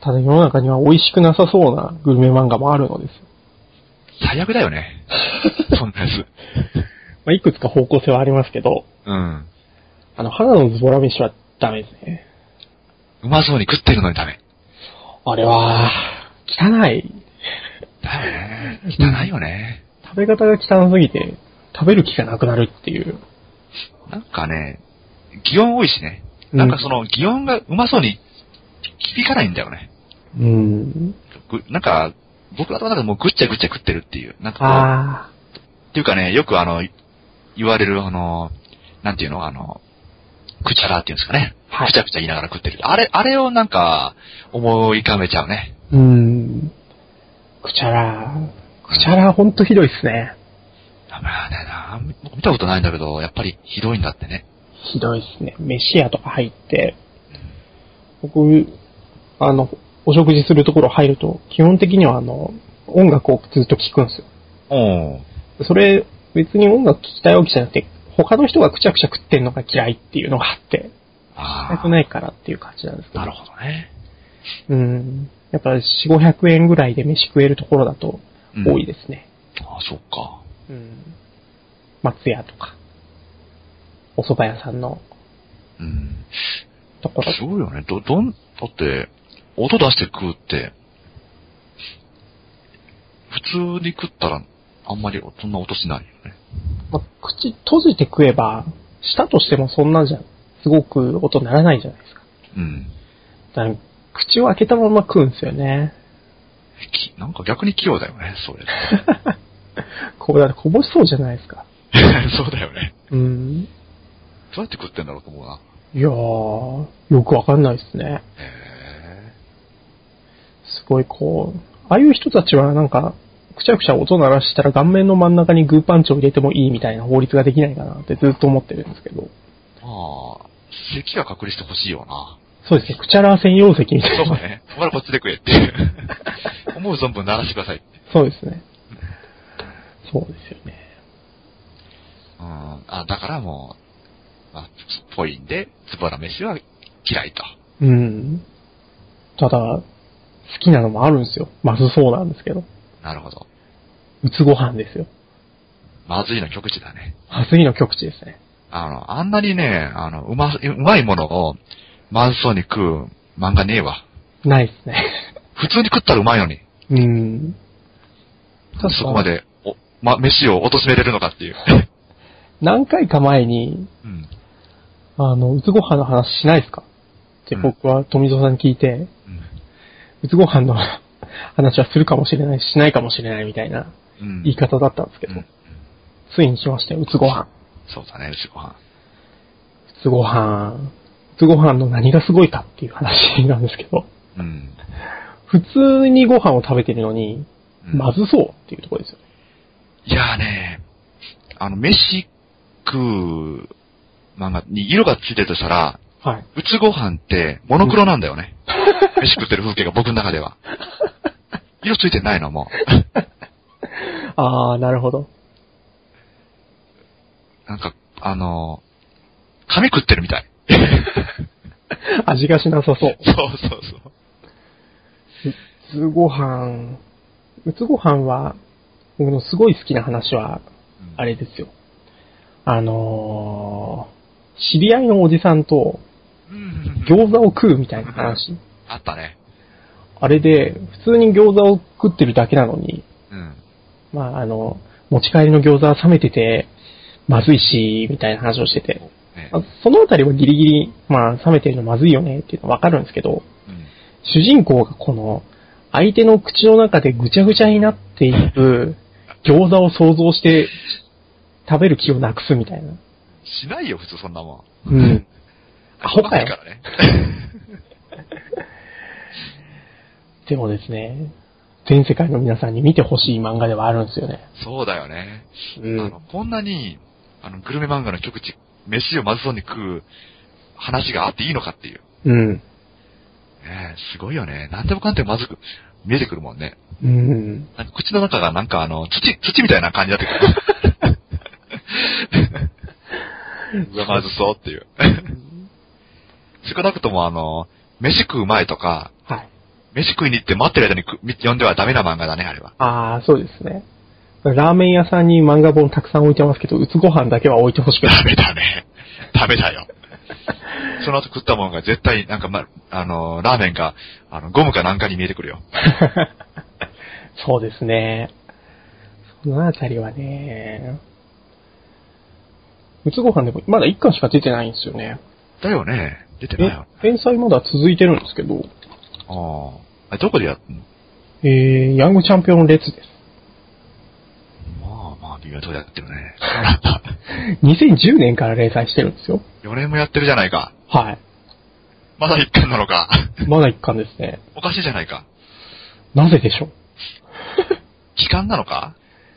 S1: ただ世の中には美味しくなさそうなグルメ漫画もあるの ですよ。
S2: 最悪だよね。そんなやつ。
S1: まあ、いくつか方向性はありますけど、
S2: うん。
S1: あの、花のズボラ飯はダメですね。
S2: うまそうに食ってるのにダメ。
S1: あれは、汚い。
S2: だよね。汚いよね。
S1: 食べ方が汚すぎて、食べる気がなくなるっていう。
S2: なんかね、擬音多いしね。なんかその、擬音がうまそうに響かないんだよね。
S1: うん。
S2: ぐなんか、僕の中でもうぐっちゃぐっちゃ食ってるっていう。なんかこう
S1: あ
S2: っていうかね、よくあの、言われる、あの、なんていうの、あの、くちゃらっていうんですかね。
S1: あ、は
S2: くちゃ
S1: い。
S2: くちゃ言いながら食ってる。あれ、あれをなんか、思い浮かべちゃうね。
S1: うん。くちゃら、くちゃらほんとひどいっすね。
S2: まあね、な僕見たことないんだけど、やっぱりひどいんだってね。
S1: ひどいっすね。飯屋とか入って、僕、あの、お食事するところ入ると、基本的にはあの、音楽をずっと聴くんですよ。
S2: おう
S1: それ、別に音楽聴きたいわけじゃなくて、他の人がくちゃくちゃ食ってんのが嫌いっていうのがあって、
S2: あ
S1: した
S2: あ。
S1: くないからっていう感じなんですけど。
S2: なるほどね。
S1: うん。やっぱ4、500円ぐらいで飯食えるところだと多い
S2: で。
S1: ですね。
S2: ああ、そっか。
S1: うん。松屋とか、お蕎麦屋さんの
S2: うん。
S1: ところ
S2: すごいよね。ど、どん、だって、音出して食うって、普通に食ったら、あんまりそんな音しないよね。
S1: まあ口閉じて食えば、したとしてもそんなんじゃ、すごく音鳴らないじゃないですか。
S2: うん。
S1: だから口を開けたまま食うんですよね。
S2: きなんか逆に器用だよね、それ。
S1: こう、だからこぼしそうじゃないですか。
S2: そうだよね。
S1: うん。
S2: どうやって食ってんだろうと思うな。
S1: いやー、よくわかんないですね。
S2: へ
S1: すごいこう、ああいう人たちはなんか、くちゃくちゃ音鳴らしたら顔面の真ん中にグーパンチを入れてもいいみたいな法律ができないかなってずっと思ってるんですけど。
S2: え。まあ、咳は隔離してほしいよな。
S1: そうですね、くちゃら専用席みたい
S2: そう
S1: な。
S2: かね。 お前らこっちで食えっていう。 思う存分鳴らしてくださいって。
S1: そうですね。そうですよね。
S2: うん。あ、だからもう、まあ、つっぽいんで、つばら飯は嫌いと。
S1: うん。ただ、好きなのもあるんですよ。まずそうなんですけど。
S2: なるほど。
S1: うつご飯ですよ。
S2: まずいの極致だね。
S1: 初次の極地ですね。
S2: あの、あんなにね、あの、うま、うまいものを、まずそうに食う漫画ねえわ。
S1: ないですね。
S2: 普通に食ったらうまいのに。
S1: うん。確かに
S2: そこまで、お、ま、飯を貶めれるのかって いう。
S1: 何回か前に、
S2: うん。
S1: あの、うつご飯の話しないですかって
S2: うん
S1: 僕は富蔵さんに聞いて、うつご飯の 話はするかもしれないし、しないかもしれないみたいな
S2: うん。
S1: 言い方だったんですけ
S2: う
S1: ど、
S2: ん。
S1: ついに来ましたよ、うつご飯。
S2: そうだね、うちご飯。
S1: うつご飯、うつご飯の何がすごいかっていう話なんですけど、
S2: うん。
S1: 普通にご飯を食べてるのに、
S2: うん
S1: まずそうっていうところですよ。
S2: いやーね、あの、飯食う漫画に色がついてるとしたら、
S1: はい。
S2: うちご飯ってモノクロなんだよ ね。飯食ってる風景が僕の中では。色ついてないの、も
S1: あー、なるほど。
S2: う。なんか、あのー、紙食ってるみたい。
S1: 味がしなさそう。
S2: そうそうそう。
S1: うつご飯、うつご飯は、僕のすごい好きな話は、あれですよ。あのー、知り合いのおじさんと
S2: うん、
S1: 餃子を食うみたいな話。
S2: あったね。
S1: あれで、普通に餃子を食ってるだけなのに、
S2: うん。
S1: まああの、持ち帰りの餃子は冷めてて、まずいし、みたいな話をしてて。
S2: ね
S1: まあそのあたりはギリギリ、まあ冷めてるのまずいよねっていうのはわかるんですけど、
S2: うん
S1: 主人公がこの、相手の口の中でぐちゃぐちゃになっている餃子を想像して食べる気をなくすみたいな。
S2: しないよ、普通そんなも
S1: う
S2: ん。
S1: ん。アホか
S2: ない
S1: よ
S2: からね。
S1: でもですね、全世界の皆さんに見てほしい漫画ではあるんですよね。
S2: そうだよね。
S1: う
S2: あの、。こんなに、あの、グルメ漫画の極地、飯をまずそうに食う話があっていいのかっていう。
S1: うん。
S2: ねえ、すごいよね。なんでもかんでもまずく、見えてくるもんね。
S1: うん。
S2: なんか口の中がなんかあの、土、土みたいな感じになってくる。うわ、まずそうっていう。少なくともあの、飯食う前とか、
S1: はい。
S2: 飯食いに行って待ってる間にくみ読んではダメな漫画だね、あれは。
S1: ああ、そうですね。ラーメン屋さんに漫画本たくさん置いてますけど、うつご飯だけは置いてほしくない。
S2: ダメだね。ダメだよ。その後食ったものが絶対、なんかま、あの、ラーメンか、あの、ゴムかなんかに見えてくるよ。
S1: そうですね。そのあたりはね、うつご飯でもまだ1巻しか出てないんですよね。
S2: だよね。出てない
S1: え
S2: よ。
S1: 連載まだ続いてるんですけど、
S2: ああ。あれどこでやってんの
S1: えー、ヤングチャンピオン列です。
S2: まあまあ、微妙なとこでやってるね。
S1: 2010年から連載してるんですよ。
S2: 4年もやってるじゃないか。
S1: はい。
S2: まだ1巻なのか。
S1: まだ1巻ですね。
S2: おかしいじゃないか。
S1: なぜでしょう
S2: 期間なのか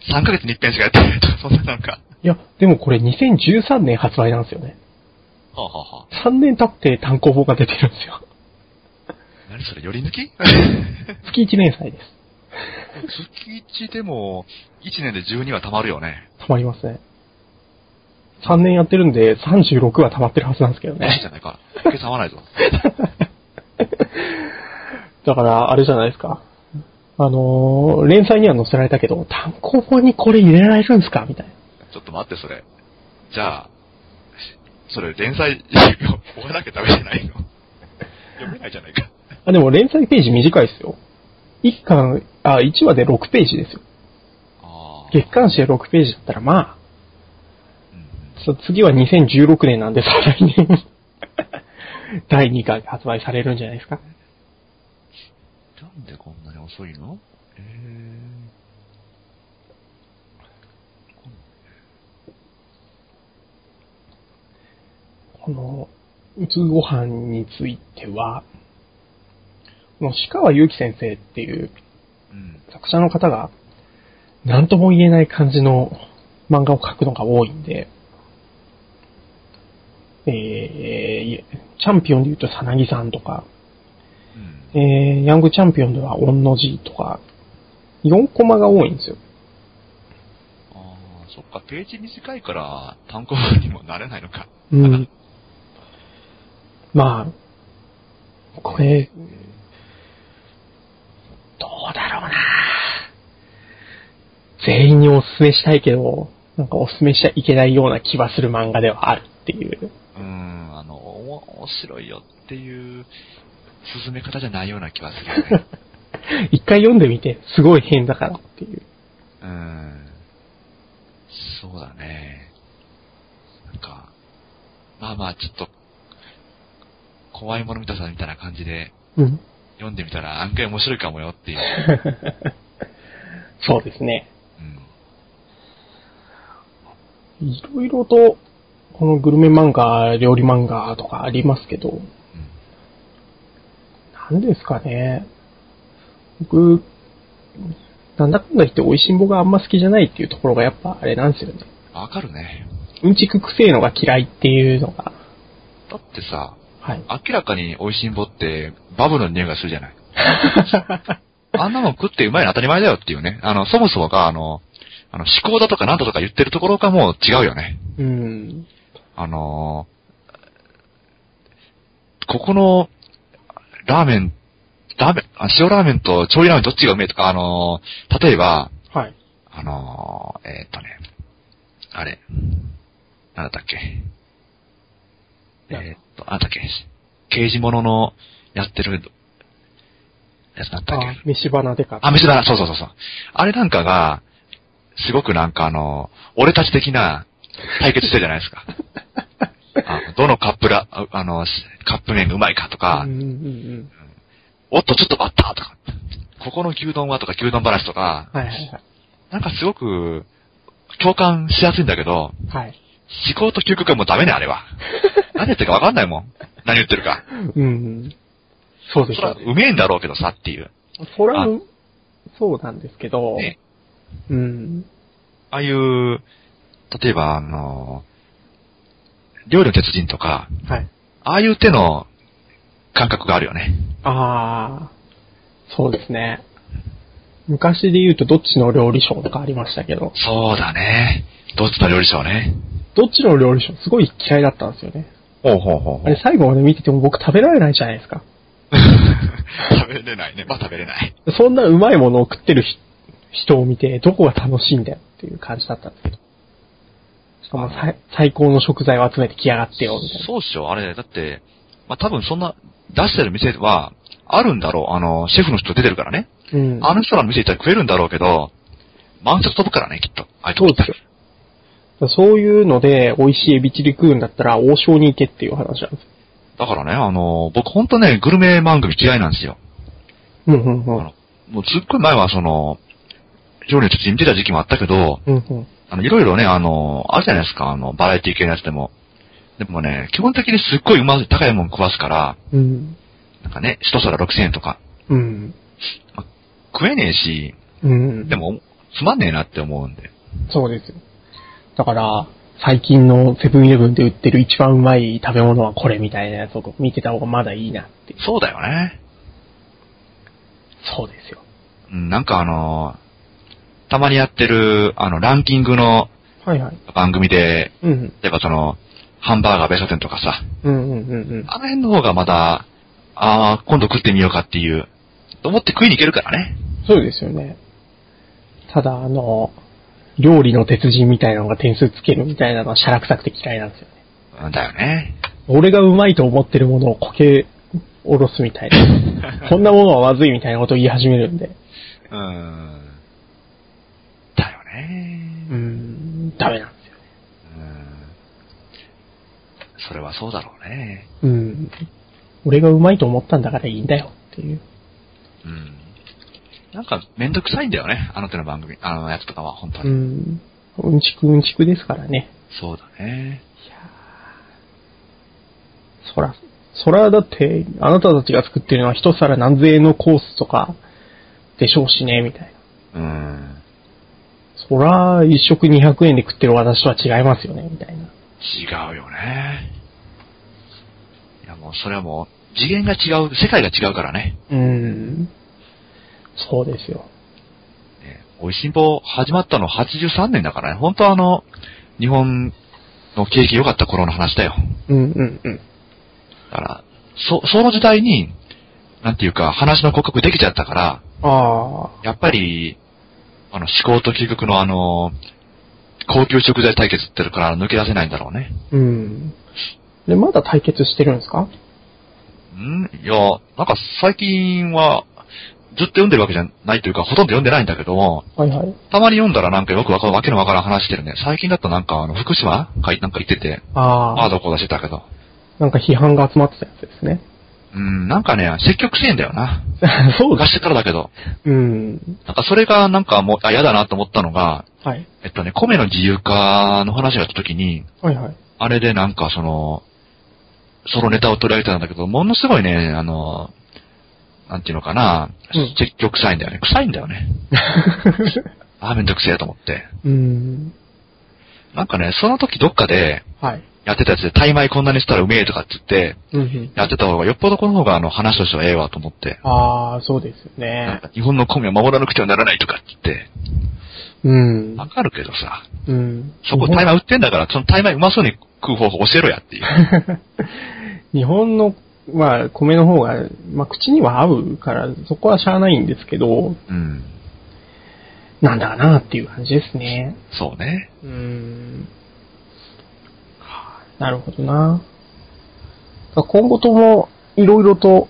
S2: ?3 ヶ月に一遍しかやってないとか、そんななのか。
S1: いや、でもこれ2013年発売なんですよね。
S2: はあ、はあはあ、
S1: 3年経って単行本が出てるんですよ。
S2: 何それ、寄り抜き
S1: 月1連載です。
S2: 月1でも、1年で12は溜まるよね。
S1: 溜まりますね。3年やってるんで、36は溜まってるはずなんですけど
S2: おかしいじ
S1: ね。
S2: ゃないか。計算合わないぞ。
S1: だから、あれじゃないですか。あのー連載には載せられたけど、単行本にこれ入れられるんですかみたいな。
S2: ちょっと待って、それ。じゃあ、それ、連載、 終わらなきゃダメじゃない の読めないじゃないか。
S1: あ、でも連載ページ短いですよ。1巻、あ、1話で6ページですよ。
S2: あ
S1: 月刊誌で6ページだったら、まあ、そ次は2016年なんで、再来年。 第2回発売されるんじゃないですか。
S2: なんでこんなに遅いのえー。
S1: この、うつご飯については、この鹿川祐希先生っていう
S2: うん。
S1: 作者の方が、何とも言えない感じの漫画を描くのが多いんで、えーいえ、チャンピオンで言うとさなぎさんとか、
S2: うん。
S1: えー、ヤングチャンピオンではおんのじとか、4コマが多いんですよ。
S2: ああ、そっか、ページ短いから、単行本にもなれないのか。
S1: うん。まあ、これ、どうだろうな全員にお勧めしたいけど、なんかお勧めしちゃいけないような気はする漫画ではあるっていう。
S2: うーん、あの、お面白いよっていう、進め方じゃないような気はするよね。
S1: 一回読んでみて、すごい変だからっていう。
S2: うーん。そうだね。なんか、まあまあ、ちょっと、怖いもの見たさみたいな感じで、
S1: うん。
S2: 読んでみたら案外面白いかもよっていう。
S1: そうですね。
S2: うん。
S1: いろいろと、このグルメ漫画、料理漫画とかありますけど、
S2: うん
S1: なんですかね。僕、なんだかんだ言って美味しんぼがあんま好きじゃないっていうところがやっぱあれなんですよね。
S2: わかるね。
S1: うんちくくせえのが嫌いっていうのが、
S2: だってさ、
S1: はい。
S2: 明らかに美味しんぼって、バブルの匂いがするじゃない。あんなもん食ってうまいの当たり前だよっていうね。あの、そもそもが、あの、あの、思考だとかなんだとか言ってるところがもう違うよね。
S1: うん。
S2: あのーここの、ラーメン、ラーメン、あ塩ラーメンと調理ラーメンどっちがうめえとか、あのー例えば、
S1: はい。
S2: あのーえーっとね、あれ、なんだったっけ。えーっと、なんだっけ、刑事物のやってる、やつなんだっけ。
S1: あ、飯花でか。
S2: あ、飯だな、そうそうそうそう。あれなんかが、すごくなんかあの、俺たち的な対決してるじゃないです か。あどのカップラ、ああの、しカップ麺がうまいかとか、
S1: うんうんうん。
S2: おっとちょっと待ったとか、ここの牛丼はとか牛丼話とか、
S1: はいはいはい。
S2: なんかすごく共感しやすいんだけど、
S1: はい。
S2: 思考と究極はもうダメね、あ れは。何言ってるかわかんないもん。何言ってるか。
S1: うん。そう
S2: そ
S1: です
S2: ら、
S1: よね。
S2: うめえんだろうけどさっていう。
S1: それは
S2: あ、
S1: そうなんですけど、
S2: ね
S1: うん。
S2: ああいう、例えば、あの、料理の鉄人とか、
S1: はい。
S2: ああいう手の感覚があるよね。
S1: ああ、そうですね。昔で言うとどっちの料理賞とかありましたけど、
S2: そうだね。どっちの料理賞ね。
S1: どっちの料理賞すごい嫌いだったんですよね。
S2: ほうほうほう
S1: あれ最後まで見てても僕食べられないじゃないですか。
S2: 食べれないね。まあ食べれない。
S1: そんなうまいものを食ってるひ人を見てどこが楽しいんだよっていう感じだったんですけど。しかもさい最高の食材を集めてきやがってよ、みたいな。
S2: そうっしょ。あれ、だって、まあ多分そんな、出してる店は、あるんだろう。あの、シェフの人出てるからね。
S1: うん。
S2: あの人らの店行ったら食えるんだろうけど、満足飛ぶからね、きっと。ああい
S1: そうですよ。そういうので、美味しいエビチリ食うんだったら、王将に行けっていう話なんです。
S2: だからね、あの、僕ほんとね、グルメ番組嫌いなんですよ。
S1: うん、うん、う
S2: あ
S1: ん。
S2: のもうずっごい前はその、料理の土に見てた時期もあったけど、
S1: うん、うん。
S2: あの、いろいろね、あの、あるじゃないですか、あの、バラエティ系のやつでも。でもね、基本的にすっごいうまい、高いもん食わすから、
S1: うん。
S2: なんかね、一皿6000円とか、
S1: うん。
S2: 食えねえし、
S1: うん。
S2: で、も、つまんねえなって思うんで。
S1: そうですよ。だから、最近のセブンイレブンで売ってる一番うまい食べ物はこれみたいなやつを見てた方がまだいいなって。
S2: そうだよね。
S1: そうですよ。
S2: うん、なんかあの、たまにやってる、あの、ランキングの
S1: はいはい。
S2: 番組で、
S1: うん。
S2: 例えばその、ハンバーガーベスト店とかさ、
S1: うんうんうんうん。
S2: あの辺の方がまだ、ああ、今度食ってみようかっていう、と思って食いに行けるからね。
S1: そうですよね。ただ、あの、料理の鉄人みたいなのが点数つけるみたいなのはしゃらくさくて嫌いなんですよね。
S2: うんだよね。
S1: 俺がうまいと思ってるものをこけおろすみたい な。こんなものはまずいみたいなことを言い始めるんで。
S2: うーん。だよね
S1: う。ーん、ダメなんですよ。
S2: うん。それはそうだろうね。
S1: うん。俺がうまいと思ったんだからいいんだよっていう。
S2: うん。なんか、めんどくさいんだよね。あの手の番組、あのやつとかは、本当
S1: う
S2: に。
S1: ん。うんちくうんちくですからね。
S2: そうだね。
S1: そら、そらだって、あなたたちが作ってるのは一皿何千円のコースとかでしょうしね、みたいな。
S2: うん。
S1: そら、一食200円で食ってる私とは違いますよね、みたいな。
S2: 違うよね。いやもう、それはもう、次元が違う、世界が違うからね。
S1: うーん。そうですよ。
S2: ね美味しんぼ始まったの83年だからね。本当はあの、日本の景気良かった頃の話だよ。
S1: うんうんうん。
S2: だから、そ、その時代に、なんていうか、話の骨格できちゃったから、
S1: ああ、
S2: やっぱり、あの、思考と究極のあの、高級食材対決ってのから抜け出せないんだろうね。
S1: うん。で、まだ対決してるんですか
S2: んいや、なんか最近は、ずっと読んでるわけじゃないというか、ほとんど読んでないんだけども、
S1: はいはい。
S2: たまに読んだらなんかよくわかるわけのわからん話してるね。最近だとなんかあの、福島かいなんか行ってて、ああ、
S1: ああ、
S2: どこだしてたけど。
S1: なんか批判が集まってたやつですね。
S2: うん、なんかね、積極性んだよな。
S1: そうだ。
S2: 昔からだけど。
S1: うん。
S2: なんかそれがなんかもう、あ、嫌だなと思ったのが、
S1: はい。
S2: えっとね、米の自由化の話があった時に、
S1: はい はい。
S2: あれでなんかその、そのネタを取り上げたんだけど、ものすごいね、あの、なんていうのかな
S1: うん、
S2: 積極臭いんだよね。臭いんだよね。あーめんどくせえと思って。
S1: うん。
S2: なんかね、その時どっかで
S1: はい。
S2: やってたやつで、タイ米こんなにしたらうめえとかって言って、
S1: うんうん。
S2: やってた方が、よっぽどこの方があの話としてはええわと思って、
S1: ああ、そうですよ
S2: なん
S1: ね。
S2: か日本の米は守らなくてはならないとかって言って、
S1: うん。
S2: わかるけどさ、
S1: うん。
S2: そこタイ米売ってんだから、そのタイ米うまそうに食う方法教えろやっていう。
S1: 日本 の、まあ、米の方が、まあ、口には合うから、そこはしゃあないんですけど、
S2: うん。
S1: なんだかなっていう感じですね。
S2: そうね。
S1: うーん。はあなるほどな。だから今後とも、いろいろと、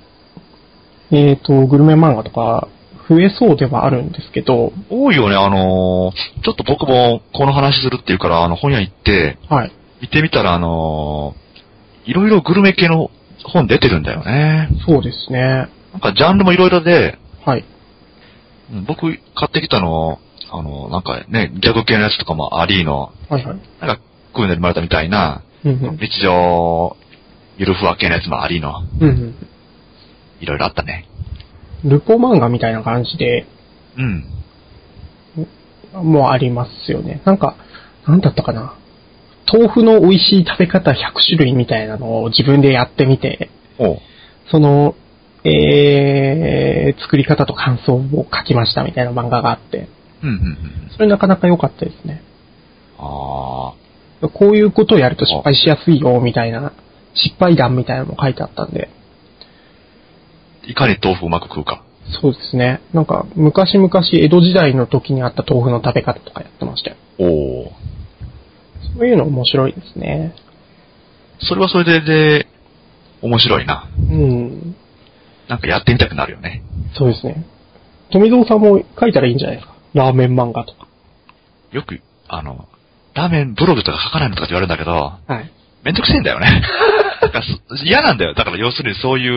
S1: えっ、と、グルメ漫画とか、増えそうではあるんですけど、
S2: 多いよね、あのーちょっと僕もこの話するっていうから、あの、本屋行って、
S1: はい。
S2: 見てみたら、あのーいろいろグルメ系の本出てるんだよね。
S1: そうですね。
S2: なんかジャンルもいろいろで、
S1: はい。
S2: うん僕買ってきたの、あのーなんかね、ギャグ系のやつとかもありの、
S1: はいはい。
S2: なんか、クーネルマルタみたいな、
S1: うんうん。
S2: 日常、ゆるふわ系のやつもありの、
S1: うん
S2: いろいろあったね。
S1: うん。ルポ漫画みたいな感じで、
S2: うん。
S1: もありますよね。なんか、なんだったかな。豆腐の美味しい食べ方100種類みたいなのを自分でやってみて、
S2: おう。
S1: その、えー、作り方と感想を書きましたみたいな漫画があって、
S2: うんうんうん。
S1: それなかなか良かったですね。
S2: あ
S1: こういうことをやると失敗しやすいよ、みたいな、失敗談みたいなのも書いてあったんで、
S2: ー、いかに豆腐うまく食うか。
S1: そうですね。なんか、昔々江戸時代の時にあった豆腐の食べ方とかやってましたよ。
S2: おお。
S1: そういうの面白いですね。
S2: それはそれで、で、面白いな。
S1: うん。
S2: なんかやってみたくなるよね。
S1: そうですね。富蔵さんも書いたらいいんじゃないですか。ラーメン漫画とか。
S2: よく、あの、ラーメンブログとか書かないのとかって言われるんだけど、
S1: はい。
S2: めんどくせえんだよ ね。だからそ嫌なんだよ。だから要するにそういう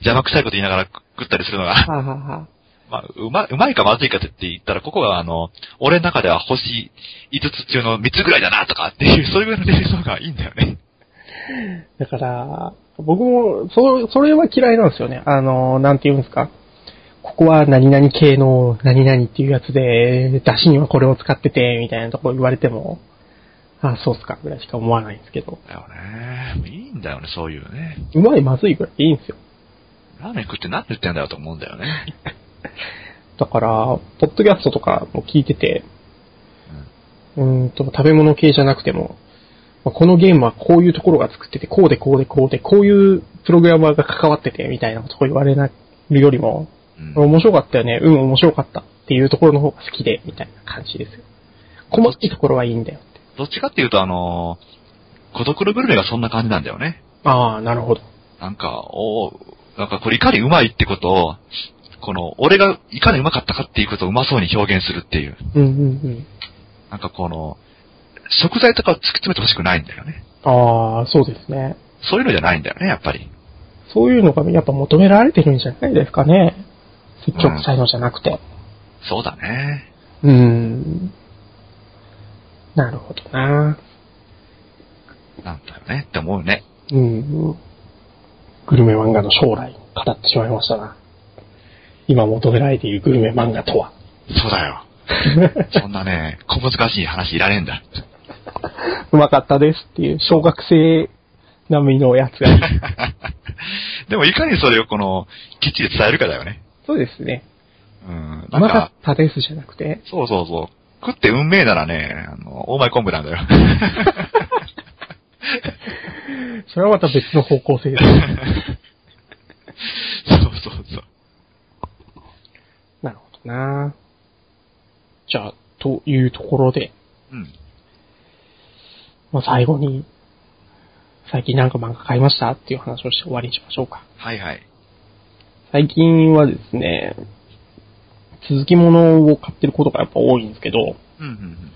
S2: 邪魔くさいこと言いながら食ったりするのが。
S1: はあ、はあはあ、
S2: まあ、うま、うまいかまずいかって言ったら、ここはあの、俺の中では星5つ中の3つぐらいだなとかっていう、そういうぐらいのレベルの方がいいんだよね。
S1: だから、僕も、そ、それは嫌いなんですよね。あの、なんて言うんですか。ここは何々系の何々っていうやつで、出汁にはこれを使ってて、みたいなとこ言われても、あそうっすか、ぐらいしか思わないんですけど。
S2: だよね。もういいんだよね、そういうね。
S1: うまい、まずいぐらいいいんですよ。
S2: ラーメン食って何言ってんだよと思うんだよね。
S1: だから、ポッドキャストとかも聞いてて、うーんと、食べ物系じゃなくても、まあこのゲームはこういうところが作ってて、こうでこうでこうで、こういうプログラマーが関わってて、みたいなことを言われるよりも、
S2: うん。うん、
S1: 面白かったよね、うん、面白かったっていうところの方が好きで、みたいな感じですよ。細かいところはいいんだよって。
S2: どっちかっていうと、あの、孤独のグルメがそんな感じなんだよね。
S1: ああ、なるほど。
S2: なんか、おーなんかこれいかにうまいってことを、この、俺がいかにうまかったかっていうことをうまそうに表現するっていう。
S1: うんうんうん。
S2: なんかこの、食材とかを突き詰めてほしくないんだよね。
S1: ああ、そうですね。
S2: そういうのじゃないんだよね、やっぱり。
S1: そういうのがやっぱ求められてるんじゃないですかね。積極才能じゃなくて。
S2: そうだね。
S1: うーん。なるほどな。
S2: なんだよねって思うね。
S1: うん。グルメ漫画の将来を語ってしまいましたな。今求められているグルメ漫画と は。
S2: そうだよ。そんなね、小難しい話いらねえんだ。
S1: うまかったですっていう小学生並みのやつが。
S2: でもいかにそれをこの、きっちり伝えるかだよね。
S1: そうですね。
S2: うん。
S1: う
S2: なん
S1: まか
S2: か
S1: っ、たですじゃなくて、
S2: そうそうそう。食って運命ならね、あの、オーマイ昆布な んだよ。
S1: それはまた別の方向性です。
S2: そうそうそう。
S1: なるほどな。じゃあ、というところで、
S2: うん。
S1: まあ、最後に、最近なんか漫画買いましたっていう話をして終わりにしましょうか。
S2: はいはい。
S1: 最近はですね、続きものを買ってることがやっぱ多いんですけど、
S2: うんうんうん。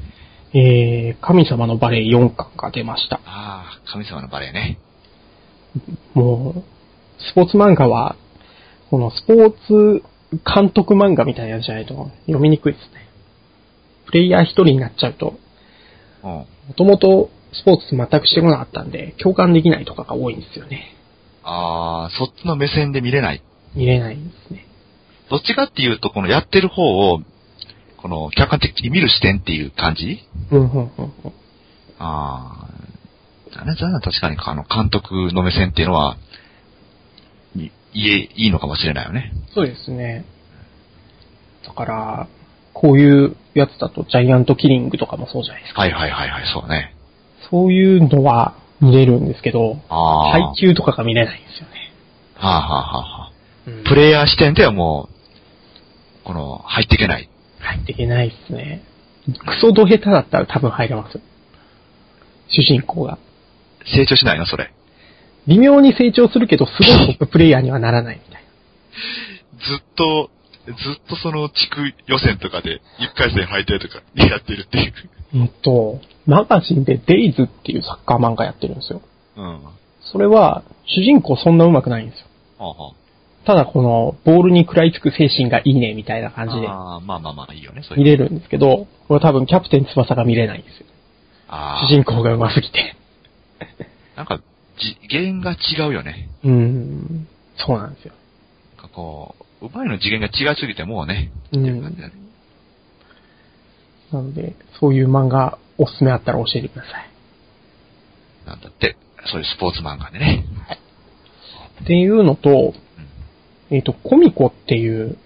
S1: えー、神様のバレエ4巻が出ました。
S2: ああ、神様のバレーね。
S1: もう、スポーツ漫画は、このスポーツ監督漫画みたいなやつじゃないと読みにくいですね。プレイヤー一人になっちゃうと、
S2: うん。
S1: もともとスポーツ全くしてこなかったんで、共感できないとかが多いんですよね。
S2: ああ、そっちの目線で見れない。
S1: 見れないんですね。
S2: どっちかっていうと、このやってる方を、この客観的に見る視点っていう感じ
S1: うん、うん、うんうん。
S2: ああ、だね、だね、確かに、あの、監督の目線っていうのは、い、いえ、いいのかもしれないよね。
S1: そうですね。だから、こういうやつだとジャイアントキリングとかもそうじゃないですか。
S2: はいはいはいはい、そうね。
S1: そういうのは見れるんですけど、
S2: ああ。は
S1: 配球とかが見れないんですよ
S2: あ、はあはあはあ、
S1: ね。
S2: プレイヤー視点ではもう、この、入っていけない。
S1: 入っていけないですね。クソド下手だったら多分入れますよ。主人公が。
S2: 成長しないの、それ。
S1: 微妙に成長するけど、すごいトッププレイヤーにはならないみたい
S2: ずっと、ずっとその地区予選とかで、1回戦敗退とかやってるっていう。
S1: な。うんと、マガジンでデイズっていうサッカー漫画やってるんですよ。
S2: うん。は
S1: それは、主人公そんな上手くないんですよ。
S2: あはあ。
S1: ただこの、ボールに食らいつく精神がいいね、みたいな感じで
S2: ああ、まあまあまあ、いいよね、そういう。
S1: 見れるんですけど、これは多分キャプテン翼が見れないんですよ。
S2: ああ。
S1: 主人公が上手すぎて。
S2: なんか、次元が違うよね。
S1: うーん、そうなんですよ。
S2: なんかこう、うまいの次元が違いすぎてもうね、
S1: う
S2: っていう感じ
S1: ん
S2: だ。ね。
S1: なので、そういう漫画おすすめあったら教えてください。
S2: なんだって、そういうスポーツ漫画でね。
S1: っていうのと、えっ、と、コミコっていう、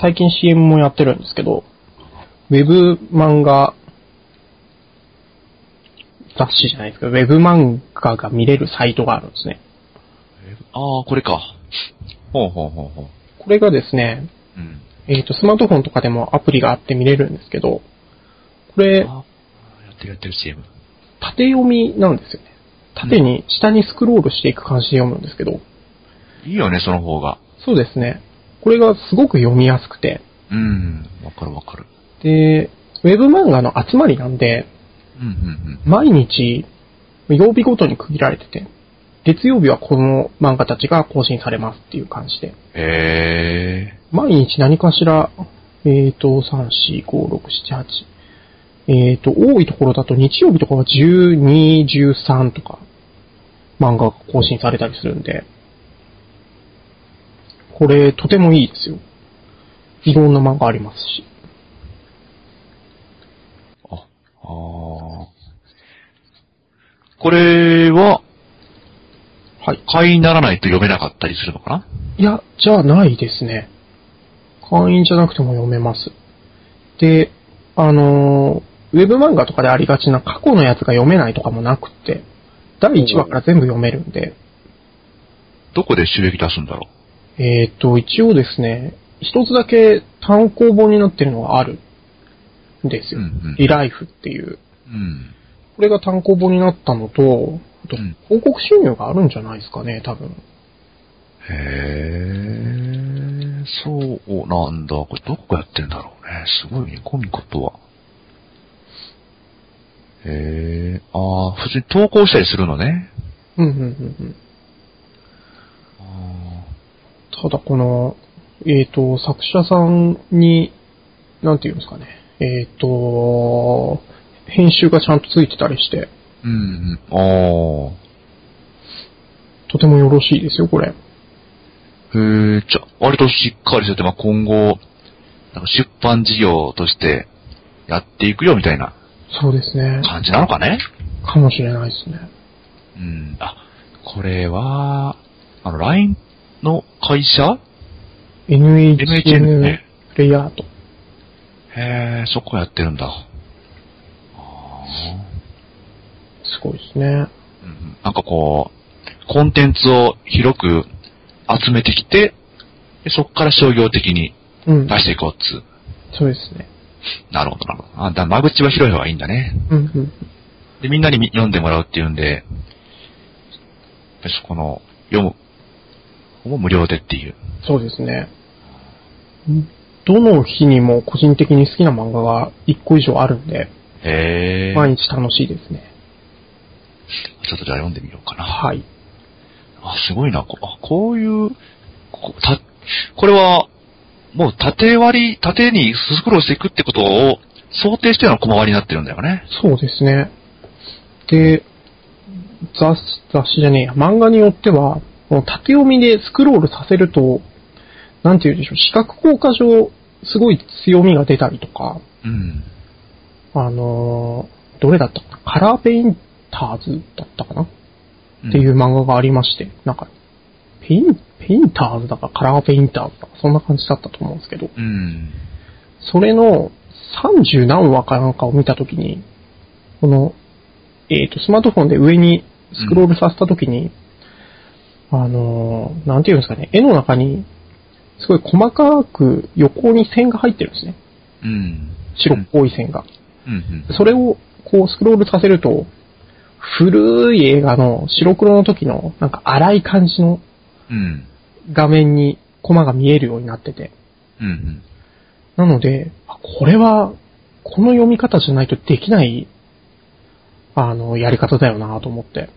S1: 最近 CM もやってるんですけど、ウェブ漫画雑誌じゃないですけど、ウェブ漫画が見れるサイトがあるんですね。
S2: ああ、これか。ほうほうほうほう。
S1: これがですね、
S2: うん。
S1: えっ、と、スマートフォンとかでもアプリがあって見れるんですけど、これ、
S2: あーやってるやってる CM。
S1: 縦読みなんですよね。縦に、下にスクロールしていく感じで読むんですけど、
S2: いいよね、その方が。
S1: そうですね。これがすごく読みやすくて、
S2: うん。わかるわかる。
S1: で、ウェブ漫画の集まりなんで、
S2: うんうん
S1: 毎日、曜日ごとに区切られてて、月曜日はこの漫画たちが更新されますっていう感じで、
S2: うん。へ
S1: 毎日何かしら、えーと、3、4、5、6、7、8。えーと、多いところだと日曜日とかは12、13とか、漫画が更新されたりするんで、これ、とてもいいですよ。いろんな漫画ありますし。
S2: ー。あ、あーこれは、
S1: はい。
S2: 会員にならないと読めなかったりするのかない
S1: や、じゃあないですね。会員じゃなくても読めます。で、あのーウェブ漫画とかでありがちな過去のやつが読めないとかもなくって、第1話から全部読めるんで、
S2: どこで収益出すんだろ
S1: えーっと、一応ですね、一つだけ単行本になってるのがあるんですよ。
S2: うんうん
S1: リライフっていう。
S2: ううん。
S1: これが単行本になったのと、あと
S2: うん、
S1: 広告収入があるんじゃないですかね、多分。
S2: へえ、そうなんだ。これどこやってんだろうね。すごいね、コミコとは。へえ、ああ、普通に投稿したりするのね。
S1: うんうんうんうん。
S2: あ
S1: ただこの、えっ、と、作者さんに、なんて言うんですかね、えっ、と、編集がちゃんとついてたりして、
S2: ーうんうん、あ
S1: とてもよろしいですよ、これ。
S2: あ。へえ、じゃ、割としっかりしてて、まあ、今後、なんか出版事業としてやっていくよみたいな
S1: そうですね。
S2: 感じなのかね。
S1: かもしれないですね。
S2: うん、あ、これは、あの、LINE の会社 NHN
S1: NHN
S2: ね
S1: プレイヤーと。
S2: へえ、そこやってるんだ。あ
S1: すごいですね。
S2: ーうんなんかこう、コンテンツを広く集めてきて、でそこから商業的に
S1: うん
S2: 出。していこうっつう。
S1: そうですね。
S2: なるほどなるほど。あ、だ間口は広い方がいいんだね。
S1: うんうん。
S2: で、みんなにみ読んでもらうっていうんで、でそこの、読む、も無料でっていう。
S1: そうですね。どの日にも個人的に好きな漫画が1個以上あるんで、
S2: へえ。
S1: 毎日楽しいですね。
S2: ちょっとじゃあ読んでみようかな。
S1: はい。
S2: あ、すごいな。こあこういう、こた、これは、もう縦割り、縦にスクロールしていくってことを想定しての小回りになってるんだよね。
S1: そうですね。で、雑誌、雑誌じゃねえや、漫画によっては、この縦読みでスクロールさせると、なんて言うんでしょう、視覚効果上、すごい強みが出たりとか、
S2: うん。
S1: あのーどれだったかなカラーペインターズだったかなっていうう漫画がありまして、なんか、ペイン、ペインターズだかカラーペインターズだか、そんな感じだったと思うんですけど、
S2: ん。うん。
S1: それの30何話かなんかを見たときに、この、えっ、と、スマートフォンで上にスクロールさせたときに、あのーなんていうんですかね、絵の中に、すごい細かく横に線が入ってるんですね。
S2: うん。
S1: 白っぽい線が。
S2: うん。うん。
S1: それをこうスクロールさせると、古い映画の白黒の時のなんか荒い感じの
S2: うん。
S1: 画面にコマが見えるようになってて、
S2: うん。うん。
S1: なので、あこれは、この読み方じゃないとできない、あの、やり方だよなと思って、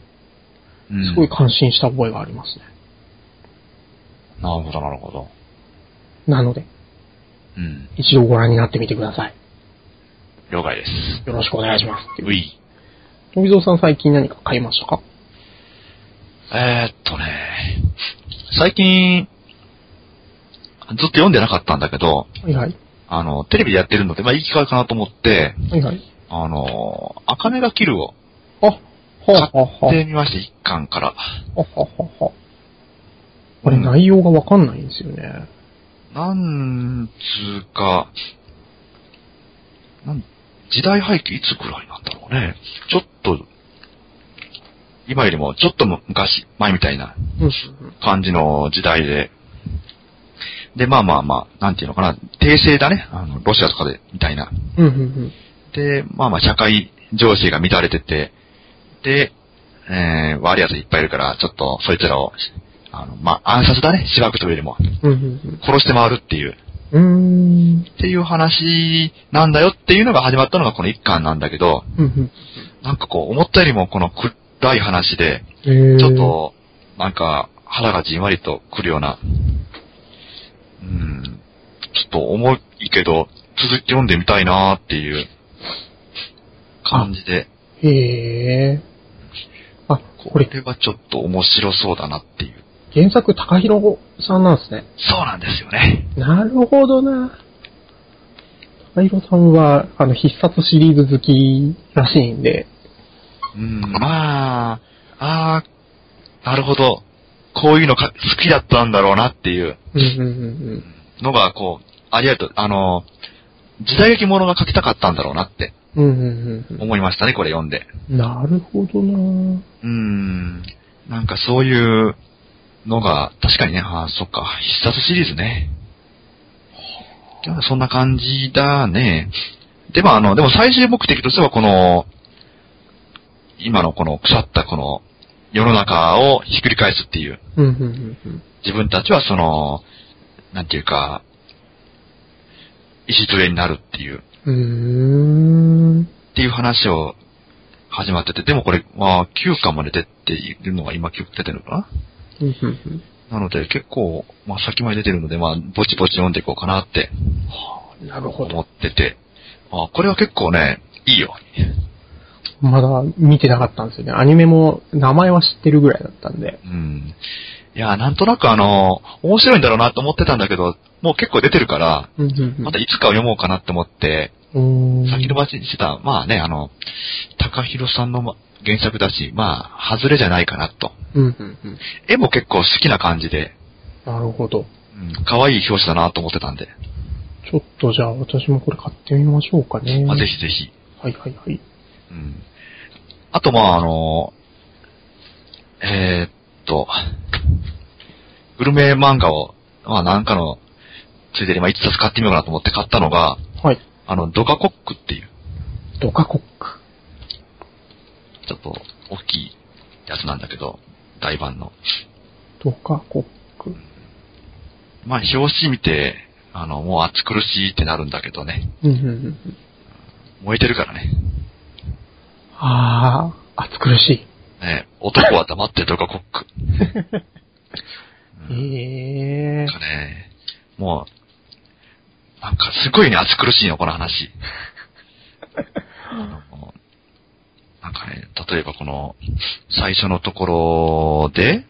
S2: うん
S1: すごい感心した覚えがありますね。
S2: なるほど、なるほど。
S1: なので、
S2: うん。
S1: 一度ご覧になってみてください。
S2: 了解です。
S1: よろしくお願いします。
S2: うい。
S1: 富蔵さん最近何か買いましたか
S2: えーっとね、最近、ずっと読んでなかったんだけど、
S1: はいはい。
S2: あの、テレビでやってるので、まあいい機会かなと思って、
S1: はいはい。
S2: あの、アカネがキルを
S1: あ、はあ、はあ、はあ、は
S2: 買ってみました、一巻から。
S1: あ、はあ、はあ。これ内容がわかんないんですよね。
S2: なんつうか、なん時代背景いつぐらいなんだろうね。ちょっと、今よりもちょっと昔、前みたいな
S1: うん。
S2: 感じの時代で。で、まあまあまあ、なんていうのかな、帝政だね。あの、ロシアとかで、みたいな。
S1: うん、うん、
S2: で、まあまあ、社会情勢が乱れてて、で、えー、悪い奴いっぱいいるから、ちょっと、そいつらを、あの、まあ、暗殺だね、しばくというよりも、
S1: うん。うん、うん、
S2: 殺して回るっていう、
S1: うん。うーん。
S2: っていう話なんだよっていうのが始まったのがこの一巻なんだけど、
S1: うんうん。
S2: なんかこう、思ったよりもこの暗い話で、
S1: えー、
S2: ちょっ。と、なんか、腹がじんわりとくるような、うん、ちょっと重いけど、続き読んでみたいなーっていう感じで、
S1: へえ。あ、こ
S2: こ
S1: れ、
S2: れはちょっと面白そうだなっていう。
S1: 原作、高弘さんなんですね。
S2: そうなんですよね。
S1: なるほどな。高弘さんは、あの、必殺シリーズ好きらしいんで、
S2: うん、まあ、あー、なるほど。こういうのか好きだったんだろうなっていう
S1: うんうん
S2: のが、こう、ありがとう、あの、時代劇ものが書きたかったんだろうなって
S1: うんうん。うんうんうん
S2: 思いましたね、これ読んで。
S1: うん。なるほどな。
S2: うーん。なんかそういうのが、確かにね、あー、そっか、必殺シリーズね。そんな感じだね。でもあの、でも最終目的としてはこの、今のこの腐ったこの世の中をひっくり返すっていう。
S1: うんうんうんうん。
S2: 自分たちはその、なんていうか、礎になるっていう、
S1: うーん。
S2: っていう話を始まってて、でもこれ、まあ9巻まで出ているのが今9出てるのかな
S1: うんうんうん
S2: なので結構、まあ先まで出てるので、まあぼちぼち読んでいこうかなって
S1: なるほ
S2: 思
S1: ど。
S2: ってて、あこれは結構ね、いいよ。
S1: まだ見てなかったんですよね。アニメも名前は知ってるぐらいだったんで。
S2: うん。いや、なんとなくあの、面白いんだろうなと思ってたんだけど、もう結構出てるから、
S1: うんうんうん。
S2: またいつかは読もうかなって思って、
S1: うーん。
S2: 先延ばしにしてた、まあね、あの、高弘さんのま原作だし、まあ、外れじゃないかなと。
S1: うんうんうん。
S2: 絵も結構好きな感じで、
S1: なるほど。
S2: うん、可愛い表紙だなと思ってたんで、
S1: ちょっとじゃあ私もこれ買ってみましょうかね。
S2: まあ、ぜひぜひ。
S1: はいはいはい。
S2: うん。あと、まあ、あの、えー、っと、グルメ漫画を、まあ、なんかの、ついでに、まあ、一冊買ってみようかなと思って買ったのが、
S1: はい。
S2: あの、ドカコックっていう、
S1: ドカコック。
S2: ちょっと、大きいやつなんだけど、大版の。
S1: ドカコック。
S2: まあ、表紙見て、あの、もう暑苦しいってなるんだけどね。
S1: うんうんうんうん。
S2: 燃えてるからね。
S1: ああ、暑苦しい。
S2: ね男は黙ってドカコック。うん
S1: ええ
S2: なんかね、もう、なんかすごいね、暑苦しいの、この話。あのなんかね、例えばこの、最初のところで、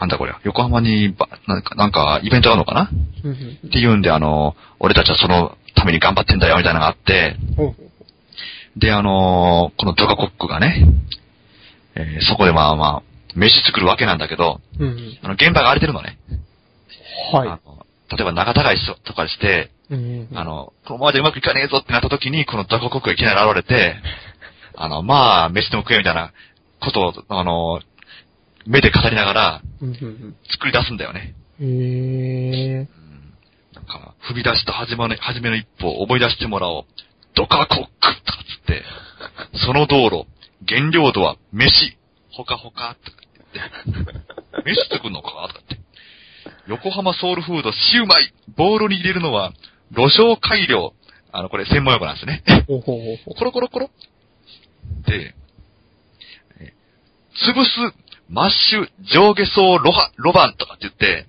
S2: なんだこれ、横浜にば、なんか、なんかイベントがあるのかな
S1: ー。うんうん
S2: っていうんで、あの、俺たちはそのために頑張ってんだよ、みたいなのがあって、
S1: うん
S2: で、あの、このドカコックがね、えーそこでまあまあ、飯作るわけなんだけど、
S1: うんうん。
S2: あの、現場が荒れてるのね。
S1: は
S2: あの例えば長田いとかして、
S1: い。うんうん
S2: あの、このままじゃうまくいかねえぞってなった時に、このザココックがいきなり現れ て、あの、まあ、飯でも食えみたいなことを、あの、目で語りながら
S1: うんうん
S2: 作り出すんだよね。
S1: うん。ええ
S2: うんなんか、踏み出した始まり、初めの一歩を思い出してもらおう。ドカコックとかつって、その道路、原料度は飯、ほかほかとか言って、飯作るのかとかって。横浜ソウルフード、シウマイ、ボールに入れるのは、路上改良。あの、これ専門用語なんですね。
S1: ー。ほうほうほうほう。
S2: コロコロコロ。で、え潰す、マッシュ、上下層、ロハ、ロバンとかって言って、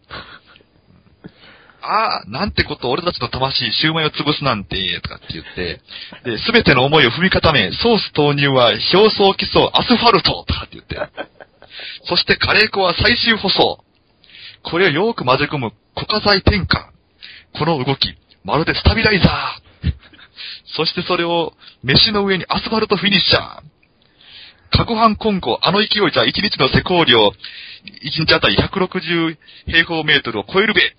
S2: ああ、なんてこと、俺たちの魂、シューマイを潰すなんて、とかって言って、で、すべての思いを踏み固め、ソース投入は表層基礎、アスファルト、とかって言って、そしてカレー粉は最終舗装。これをよーく混ぜ込む、固化剤添加。この動き、まるでスタビライザー。 そしてそれを、飯の上にアスファルトフィニッシャー。攪拌混合、あの勢いじゃ一日の施工量、一日あたり160平方メートルを超えるべ っ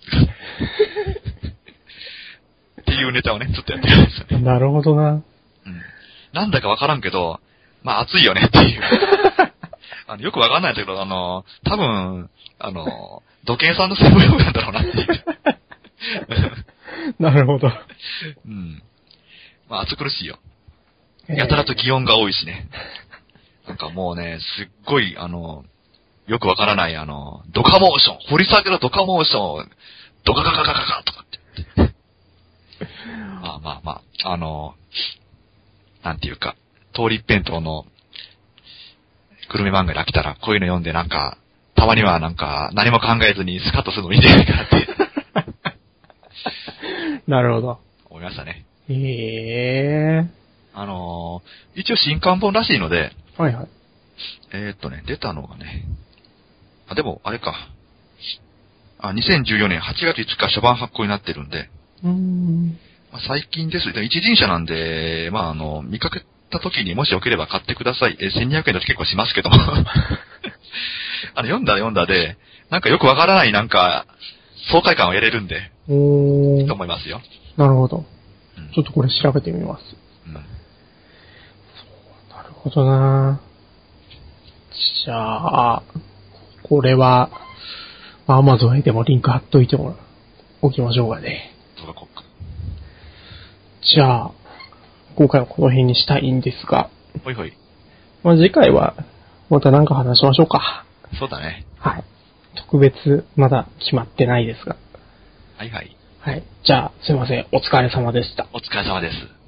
S2: ていうネタをね、ずっとやってるんですよね。
S1: なるほどな。
S2: うんなんだかわからんけど、まあ暑いよねっていう。あのよくわかんないんだけど、あの、多分、あの、土建さんの専門用語なんだろうなっていう。
S1: なるほ ど。
S2: うん。まあ暑苦しいよ。やたらと気温が多いしね。なんかもうね、すっごい、あの、よくわからない、あの、ドカモーション、掘り下げのドカモーション、ドカカカカカカとかって。まあまあまあ、あの、なんていうか、通り一辺倒の、グルメ漫画で飽きたら、こういうの読んでなんか、たまにはなんか、何も考えずにスカッとするのもいいんじゃないかなって
S1: なるほど。
S2: 思いましたね。
S1: へえ。
S2: あのー一応新刊本らしいので、
S1: はいはい。
S2: えーっとね、出たのがね、あ、でも、あれか。あ、2014年8月5日初版発行になってるんで、
S1: うーん。
S2: まあ最近です。でも一人者なんで、まあ、あの、見かけた時にもしよければ買ってください。えー、1200円だと結構しますけども。 あの、読んだら読んだで、なんかよくわからないなんか、爽快感を得れるんで、
S1: お
S2: いいと
S1: ー。
S2: 思いますよ。
S1: なるほど。
S2: うん
S1: ちょっとこれ調べてみます。
S2: うん
S1: なるほどなじゃあ、これは、アマゾンへでもリンク貼っといてもらおきましょうかね。
S2: トラコック。
S1: じゃあ、今回はこの辺にしたいんですが、
S2: ほいほい。
S1: まあ、次回は、また何か話しましょうか。
S2: そうだね。
S1: はい。特別、まだ決まってないですが。
S2: はいはい。
S1: はい。じゃあ、すいません。お疲れ様でした。
S2: お疲れ様です。